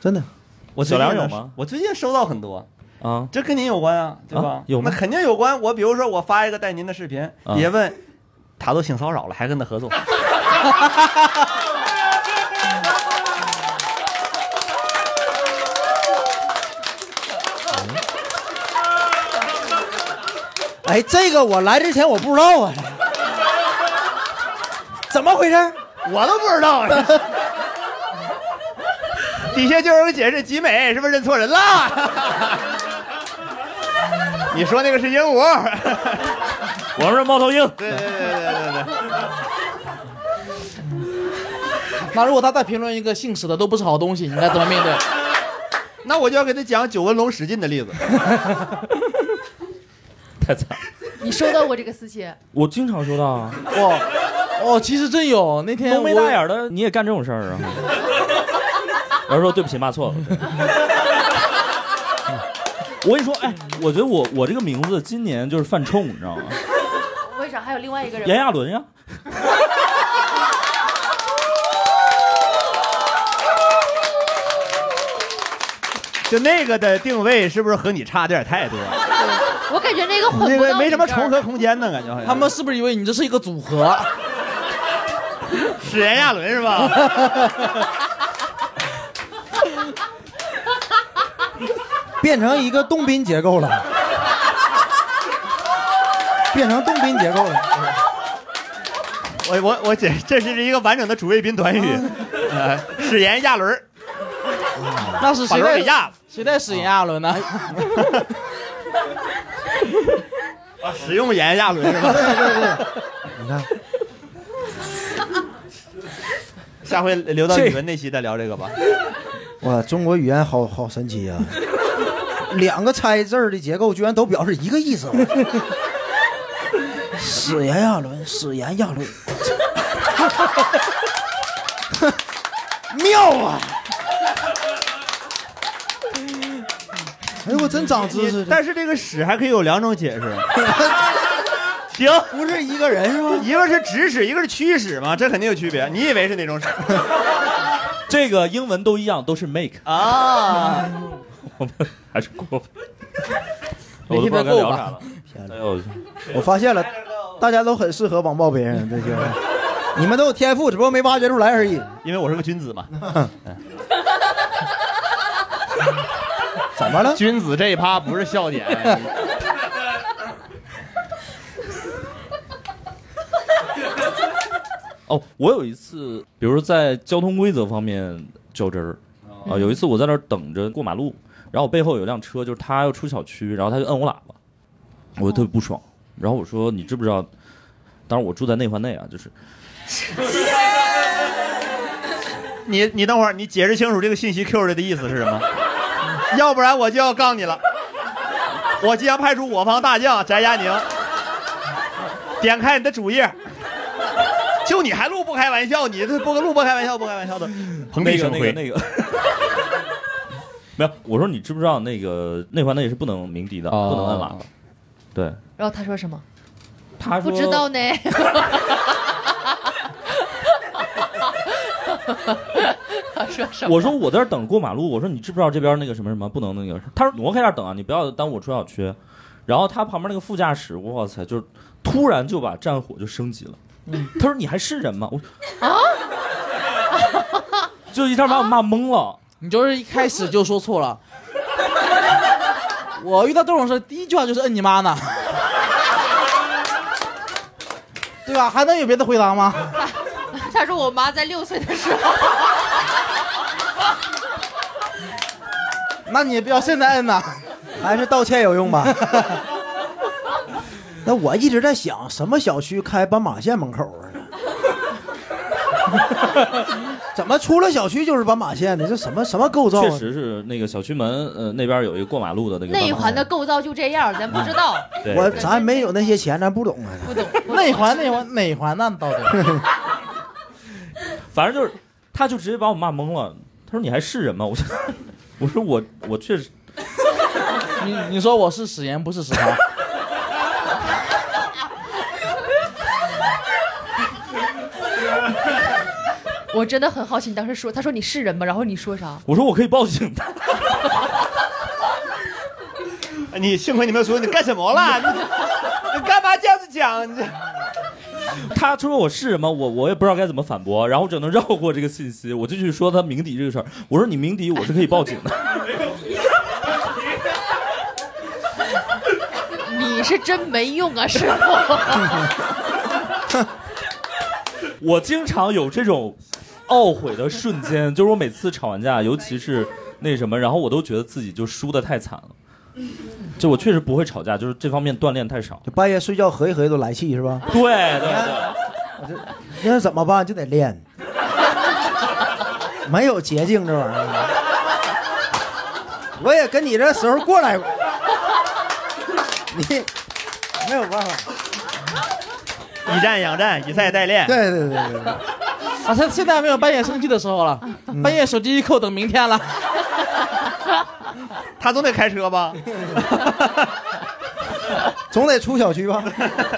真的。我小梁有吗？我最近收到很多，啊，这跟您有关啊，对吧？啊有吗那肯定有关。我比如说我发一个带您的视频，啊别问 他都性骚扰了，还跟他 合作。哎，这个我来之前我不知道啊，怎么回事？ 我都不知道啊。 底下就有人解释集美是不是认错人了？ 你说那个是鹦鹉， 我是猫头鹰。对对对对对对。 那如果他再评论一个姓史的都不是好东西，你应该怎么面 对？那我就要给他讲九纹龙史进的例子。太惨，你收到过这个私信？ 我经常收到啊。哇，哦，其实真有那天浓眉我大眼的，你也干这种事儿啊？然后说对不起，骂错了。对我跟你说，哎，我觉得我我这个名字今年就是犯冲，你知道吗？为啥还有另外一个人？炎亚纶呀，就那个的定位是不是和你差点太多？我感觉那个混那不到个没什么你这儿重合空间呢，感觉好像。他们是不是以为你这是一个组 合？史炎亚纶是吧？ 变成一个动宾结构了，变成动宾结构了。我我我解，这是一个完整的主谓宾短语，哦呃，史炎亚纶儿，那是把谁轮儿在给压了。谁在使炎亚纶呢？ 啊使用炎亚纶是吧？对对对，你看，下回留到这语文那期再聊这个吧。哇，中国语言好好神奇啊！两个拆字儿的结构居然都表示一个意思。史炎亚纶，史炎亚纶， 妙啊！哎呦，我真长知识了。但是这个史还可以有两种解 释。行，不是一个人是吧？一个是直史，一个是驱使嘛，这肯定有区别。你以为是哪种史 这个英文都一样，都是 make。啊？ 我们还是过吧，没我都不知道该聊啥了天。哪哎呦，我发现了，大家都很适合网暴别人，这些你们都有天赋，只不过没挖掘出来而已。因为我是个君子嘛。 怎么了？君子这一趴不是笑点。啊哦，我有一次，比如说在交通规则方面较真儿啊，有一次我在那儿等着过马路，然后我背后有一辆车，就是他要出小区，然后他就摁我喇叭，我就特别不爽。然后我说：“你知不知道？当然我住在内环内啊，就是 你你等会儿，你解释清楚这个信息 Q 的意思是什么？要不然我就要杠你了。我即将派出我方大将翟佳宁，点开你的主页。就你还录不开玩笑？你这不录不开玩笑，不开玩笑的。 嗯蓬荜那个生那辉个那个。” 没有，我说你知不知道那个内环内是不能鸣笛的，不能摁喇叭。对， 然后他说什么？他不知道呢。 他说什么？我说我在这儿等过马路，我说你知不知道这边那个什么什么不能那个？他说挪开点儿等啊，你不要耽误我出小区。然后他旁边那个副驾驶，我操，就是突然就把战火就升级了。嗯他说你还是人吗？我啊， 就一下把我骂懵了。你就是一开始就说错了。 我遇到这种事，第一句话就是“摁你妈呢”， 对吧？还能有别的回答吗？他说我 妈在六岁的时候，那你也不要现在摁呐、还是道歉有用吧？ 那我一直在想，什么小区开斑马线门口啊？怎么出了小区就是斑马线呢？这什么什么构造确啊？实是那个小区门，呃，那边有一个过马路的那个内斑马环的构造就这样，咱不知道。对我咱没有那些钱，咱不懂啊。哪环哪环哪环呢？到底？反正就是，他就直接把我骂懵了。他说你还是人吗？我就我说我我确实你你说我是史炎，不是史航。我真的很好奇你当时说，他说你是人吗？然后你说啥？我说我可以报警的。你幸亏你没有说你干什么啦？你你干嘛这样子讲？你这他说我是什么，我我也不知道该怎么反驳，然后我只能绕过这个信息，我就去说他鸣笛这个事儿。我说你鸣笛，我是可以报警的。你是真没用啊，师傅。我经常有这种懊悔的瞬间，就是我每次吵完架，尤其是那什么，然后我都觉得自己就输的太惨了。就我确实不会吵架，就是这方面锻炼太少。就半夜睡觉合一合一都来气是吧？对对对，那怎么办？就得 练，没有捷径这玩意儿。我也跟你这时候过来过，你没有办法。 以战养战，以赛代练。对对对对对。啊，现现在没有半夜生气的时候了，嗯半夜手机一扣，等明天 了。他总得开车 吧？总得出小区吧？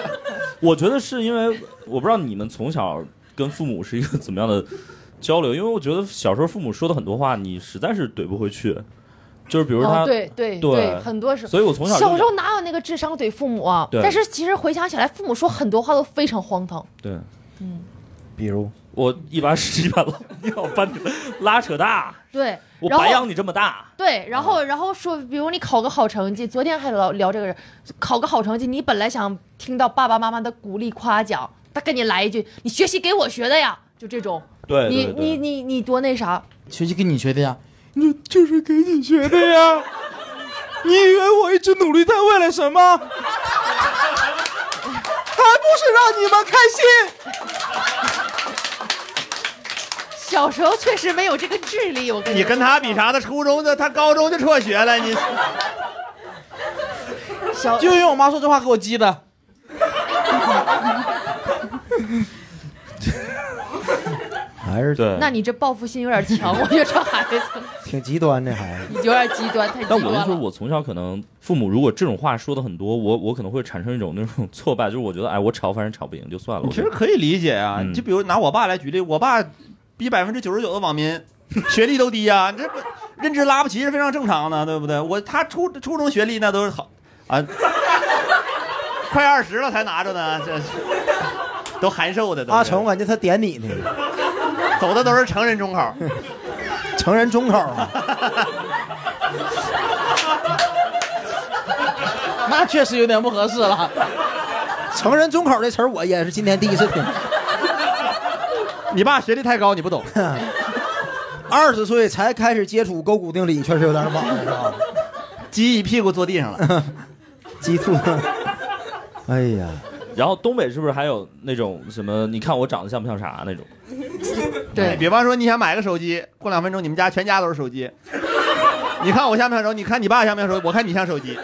我觉得是因为我不知道你们从小跟父母是一个怎么样的交流，因为我觉得小时候父母说的很多话，你实在是怼不回去。就是 比如他，哦、对对对很多时候，所以我从小就小时候哪有那个智商怼父母啊？对但是其实回想起来，父母说很多话都非常荒唐。对，嗯，比如我一把屎一把 拉尿，把你拉扯大，对，我然后白养你这么大。对，然后然后说，比如你考个好成绩，昨天还聊聊这个人，考个好成绩，你本来想听到爸爸妈妈的鼓励夸奖，他跟你来一句：“你学习给我学的呀。”就这种，对你对对你你你多那啥，学习跟你学的 呀，啊那就是给你学的呀。你以为哎我一直努力在为了什么？还不是让你们开心。小时候确实没有这个智力，我跟你你跟他比啥？他初中的，他高中就辍学了。你小就因为我妈说这话给我急的。还是 对那你这报复心有点强，我觉得这孩子挺极端的孩子。有点极端，太极但端我就说，了。我从小可能父母如果这种话说的很多，我我可能会产生一种那种挫败，就是我觉得哎，我吵反正吵不赢就算了。其实可以理解啊，嗯就比如拿我爸来举例，我爸比百分之九十九的网 民学历都低呀、这不认知拉不齐是非常正常的，对不对？我他初初中学历那都是好啊，快二十了才拿着呢，这是都函授的都是。阿啊成，我感觉他点你呢， 走的都是成人中考， 成人中考 嘛。那确实有点不合适了。成人中考这词儿我也是今天第一次听。 你爸学历太高，你不懂。 二十岁才开始接触勾股定理，确实有点晚了。鸡一屁股坐地上了， 鸡兔。哎呀， 然后东北是不是还有那种什么？你看我长得像不像啥那种？ 对，比方说你想买个手机，过两分钟你们家全家都是手机。 你看我像不像手？你看你爸像不像手？我看你像手机。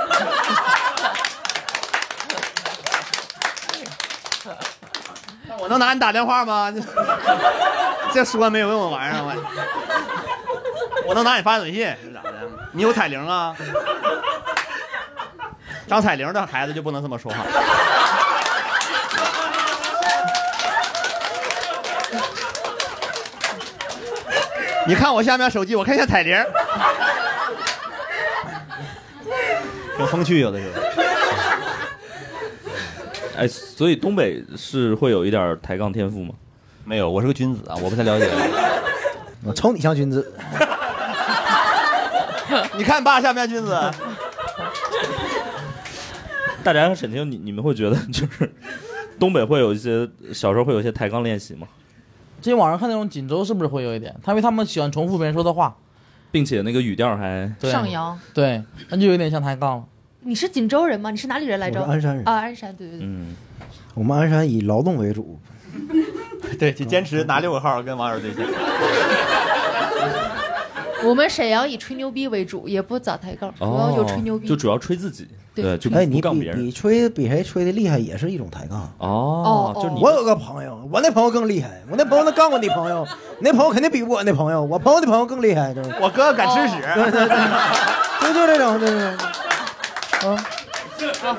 那我能拿你打电话吗？这说没有用的玩意儿，我我能拿你发短信是咋的？你有彩铃啊？长彩铃的孩子就不能这么说话。 你看我下面手机，我看一下彩铃。挺风趣，有的时候。哎，所以东北是会有一点抬杠天赋吗？没有，我是个君子啊，我不太了解。 我瞅你像君子，你看爸像不像君子？ 大家和沈清，你你们会觉得就是东北会有一些小时候会有一些抬杠练习吗？最近网上看那种锦州是不是会有一点？他因为他们喜欢重复别人说的话，并且那个语调还对上扬，对，那就有点像抬杠了。你是锦州人吗？你是哪里人来着？我是鞍山人啊，鞍山，对对对。嗯，我们鞍山以劳动为主， 对，就坚持拿六个号跟网友对线。我们沈阳以吹牛逼为主，也不咋抬哦杠，主要就吹牛逼。哦就主要吹自己，对对，就哎，你不杠别比人。比吹比谁吹的厉害也是一种抬杠。哦哦就是你我有个朋友，我那朋友更厉害，我那朋友能干过你朋友，你那朋友肯定比不过我那朋友，我朋友的朋友更厉害，就是我哥敢吃屎。哦对对对，就就这种，对对对。啊，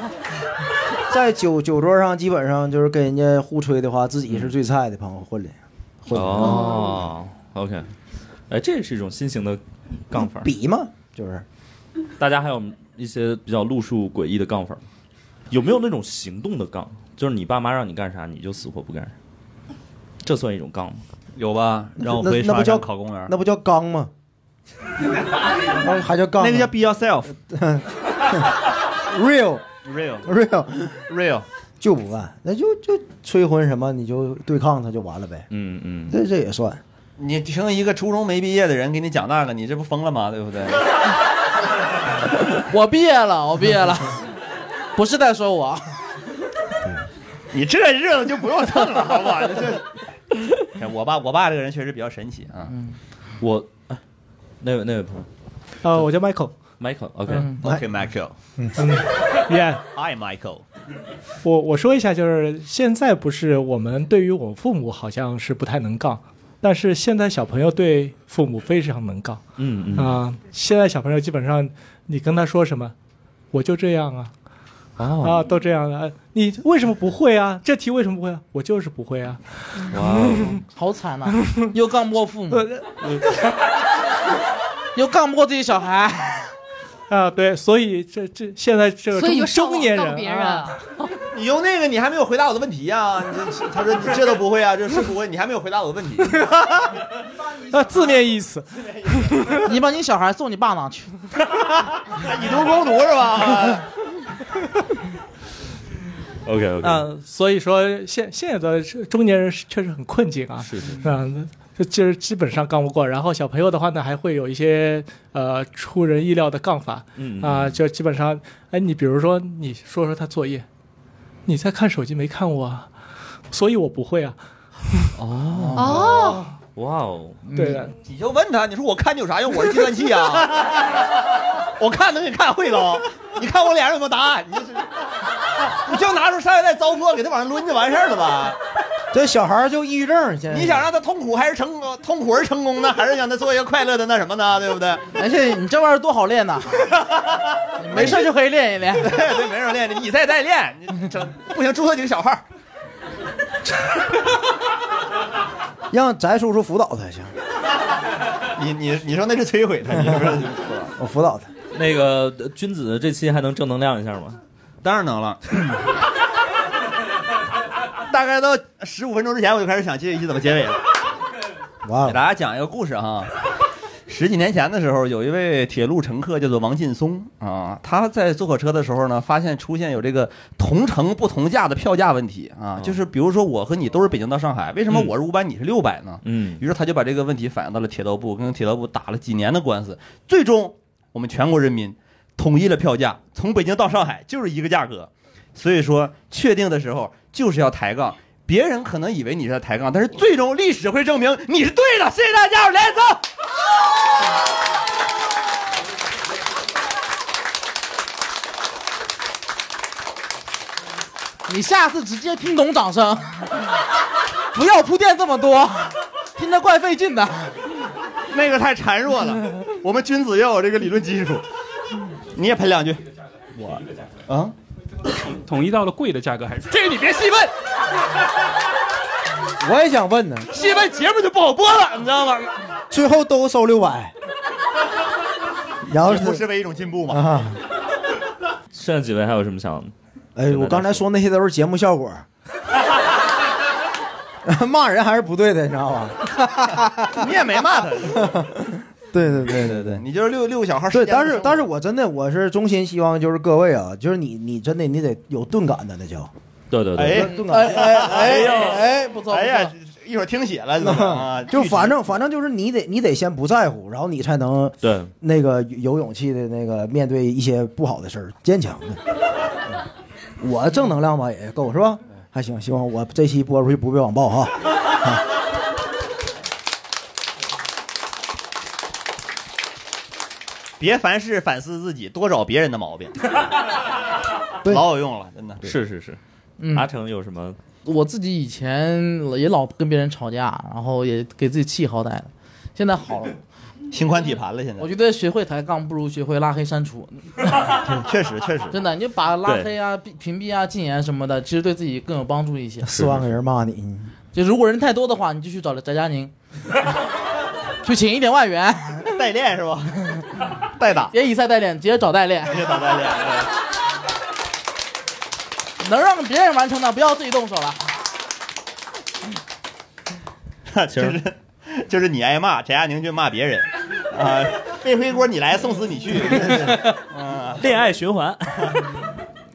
在酒酒桌上，基本上就是跟人家互吹的话，自己是最菜的朋友混的，嗯哦，OK，哎，这也是一种新型的杠法，比嘛，就是大家还有一些比较路数诡异的杠法吗，有没有那种行动的杠？就是你爸妈让你干啥，你就死活不干，这算一种杠吗？有吧？让我那回那沙不叫山考公园那。不叫刚 吗？ 还哦还叫刚啊吗？那个叫 be yourself。 real real real real 就不干，那就就催婚什么，你就对抗他就完了呗。嗯嗯，这这也算。你听一个初中没毕业的人给你讲那个，你这不疯了吗？对不对？ 我毕业了，我毕业了， 不是在说我。你这日子就不用蹭了，好吧？这 我爸，我爸这个人确实比较神奇啊。我哎那位那位朋友呃，哦我叫 Michael。 ，Michael，OK，、嗯 Michael。嗯，Yeah， Hi Michael。我我说一下，就是现在不是我们对于我父母好像是不太能杠，但是现在小朋友对父母非常能杠。嗯嗯啊、现在小朋友基本上你跟他说什么，我就这样啊。哦啊，都这样啊！你为什么不会啊？这题为什么不会啊？我就是不会啊！哦好惨呐、 又杠不 过父母，哦又杠不过自己小孩。啊，对，所以这这现在这个所以中就上网中年告人，别啊人 你用那个，你还没有回答我的问题呀、你这他说你这都不会啊，这是不会，你还没有回答我的问题。啊，字面意思。 你把你小孩送你爸那去，以毒攻毒是吧？ OK 嗯，所以说现现在的中年人是确实很困境啊，是是是，嗯，就就是基本上杠不过。然后小朋友的话呢，还会有一些呃出人意料的杠法，嗯啊、就基本上，哎，你比如说你说说他作业，你在看手机没看我啊，所以我不会啊，哦，哇哦，对的，你就问他，你说我看你有啥用？我是计算器啊，我看能给你看会喽。你看我脸上有没有答案？你这是，你就拿出上一代糟粕给他往上抡就完事儿了吧？这小孩儿就抑郁症，现在你想让他痛苦还是成功？痛苦而成功呢，还是想他做一个快乐的那什么呢？对不对？而且你这玩意儿多好练呐，你没事就可以练一练。对对，没人练，你再代练，你整不行，注册几个小号。 让翟叔叔辅导他行，你你你说那是摧毁他，你 说我辅导他。那个呃君子这期还能正能量一下吗？当然能了。大概到十五分钟之前，我就开始想这一期怎么结尾了。哇，给大家讲一个故事哈。十几年前的时候，有一位铁路乘客叫做王劲松啊，他在坐火车的时候呢，发现出现有这个同城不同价的票价问题啊，就是比如说我和你都是北京到上海，为什么我是五百你是六百呢？嗯，于是他就把这个问题反映到了铁道部，跟铁道部打了几年的官司，最终我们全国人民统一了票价，从北京到上海就是一个价格。所以说，确定的时候就是要抬杠，别人可能以为你是在抬杠，但是最终历史会证明你是对的。谢谢大家，我来走。 你下次直接听懂掌声，不要铺垫这么多，听着怪费劲的。那个太孱弱了， 我们君子要有这个理论基础。你也喷两句，我啊，统一到了贵的价格还是这个你别细问，我也想问呢，细问节目就不好播了，你知道吗？最后都收六百，然后这不失为一种进步吗？啊，剩下几位还有什么想？哎，我刚才说那些都是节目效果，骂人还是不对的，你知道吧？ 你也没骂他，对对对对对，你就是六六个小号。对，但是但是我真的我是衷心希望就是各位啊，就是你你真的你得有钝感的那叫，对对哎对，哎哎哎呦哎不错哎呀，一会儿听写了，怎么啊？嗯就反正反正就是你得你得先不在乎，然后你才能对那个有勇气的那个面对一些不好的事儿，坚强的。我正能量吧也够是吧？还行，希望我这期播出去不被网暴哈。啊 别凡事反思自己，多找别人的毛病，老有用了，真的。是是是，嗯阿成有 什么？我自己以前也老跟别人吵架，然后也给自己气好歹了，现在好了。心宽体盘了，现在我觉得学会抬杠不如学会拉黑删除，确实确实， 真的，你就把拉黑啊、屏屏蔽啊、禁言什么的，其实对自己更有帮助一些。四万个人骂你，就如果人太多的话，你就去找翟佳宁， 去请一点外援，代练是吧？代打，别以赛代练，直接找代练，直接找代练，能让别人完成的，不要自己动手了。就是就是你挨骂，翟佳宁去骂别人啊，背黑锅你来，送死你去，啊，恋爱循环。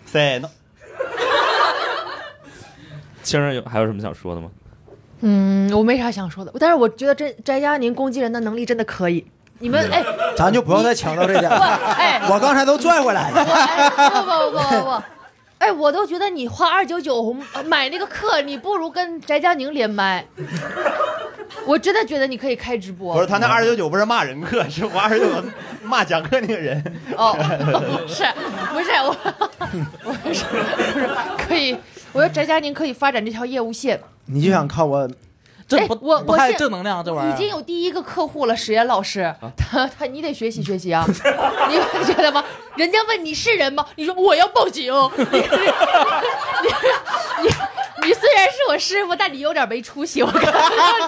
塞诺，青儿有还有什么想 说的吗？嗯，我没啥想说的，但是我觉得真翟佳宁攻击人的能力真的可以。你们哎，嗯咱就不要再强调这点了。哎我刚才都拽回来了。不不不不不，哎，我都觉得你花二九九买那个课，你不如跟翟佳宁连麦。我真的觉得你可以开直播。不是他那二九九不是骂人课，是我二九九骂讲课那个人。 哦，是不是我？我是不是可以？我觉得翟佳宁可以发展这条业务线。你就想看我，哎，我我现量已经有第一个客户了，史岩老师，他他你得学习学习啊，你不觉得吗？人家问你是人吗？你说我要报警。 你你你你虽然是我师傅，但你有点没出息。我看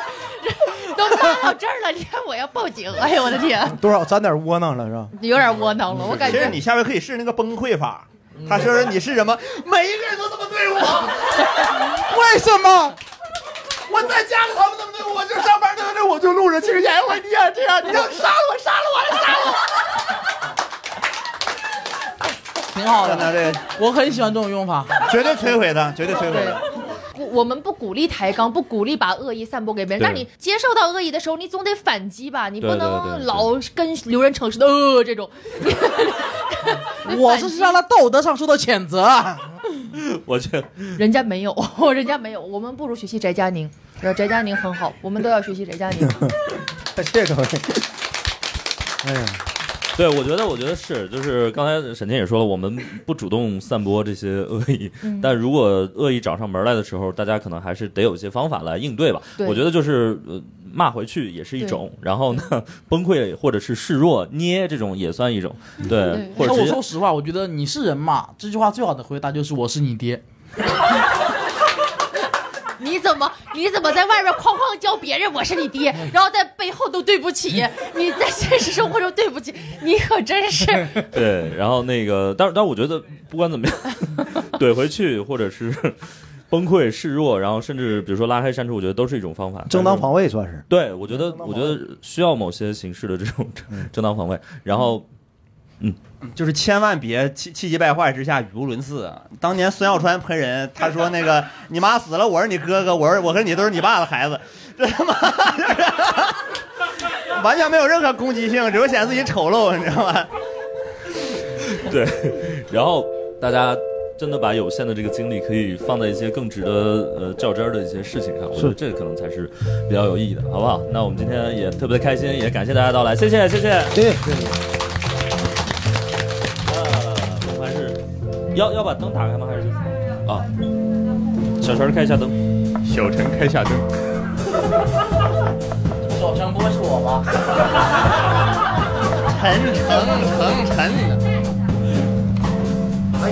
都拉到这儿了，你看我要报警。哎呦我的天，多少沾点窝囊了是吧？有点窝囊了，我感其实觉嗯你下回可以试那个崩溃法。他说说你是什么？每一个人都这么对我，为什么？我在家里他们这么对我，我就上班对不对？我就录着青烟，我你也这样，你要杀了我，杀了我，杀了挺好的，这个我很喜欢这种用法，我，绝对摧毁他，绝对摧毁他。我我们不鼓励抬杠，不鼓励把恶意散播给别人。对但你接受到恶意的时候，你总得反击吧，你不对对对能对老跟留人逞实的呃这种。 我这是让他道德上受到谴责啊。我觉得人家没有， 人家没有，我们不如学习翟佳宁。呃翟佳宁很好，我们都要学习翟佳宁。这个，哎呀，对，我觉得，我觉得是，就是刚才沈天也说了，我们不主动散播这些恶意，嗯但如果恶意找上门来的时候，大家可能还是得有一些方法来应对吧。对我觉得就是、呃、骂回去也是一种，然后呢， 崩溃或者是示弱、捏这种也算一种，对，或那者直我接说实话，我觉得你是人嘛，这句话最好的回答就是我是你爹。你怎么你怎么在外面哐哐教别人我是你爹，然后在背后都对不起，你在现实生活中对不起，你可真是。对，然后那个，但是但是我觉得不管怎么样， 怼回去或者是崩溃示弱，然后甚至比如说拉黑删除，我觉得都是一种方法。正当防卫算是。对，我觉得我觉得需要某些形式的这种正当防卫，然后就是千万别气气急败坏之下语无伦次啊。当年孙耀川喷人，他说那个你妈死了，我是你哥哥，我是我和你都是你爸的孩子，这他妈就是完全没有任何攻击性，只会显得自己丑陋，你知道吗？对，然后大家真的把有限的这个精力可以放在一些更值得呃较真儿的一些事情上，我觉得是这个可能才是比较有意义的，好不好？那我们今天也特别开心，也感谢大家到来，谢谢谢谢。对。呃，我们还是要要把灯打开吗？还是啊？小陈开一下灯，小陈开下灯。小陈不会是我吧？沉沉沉沉。哎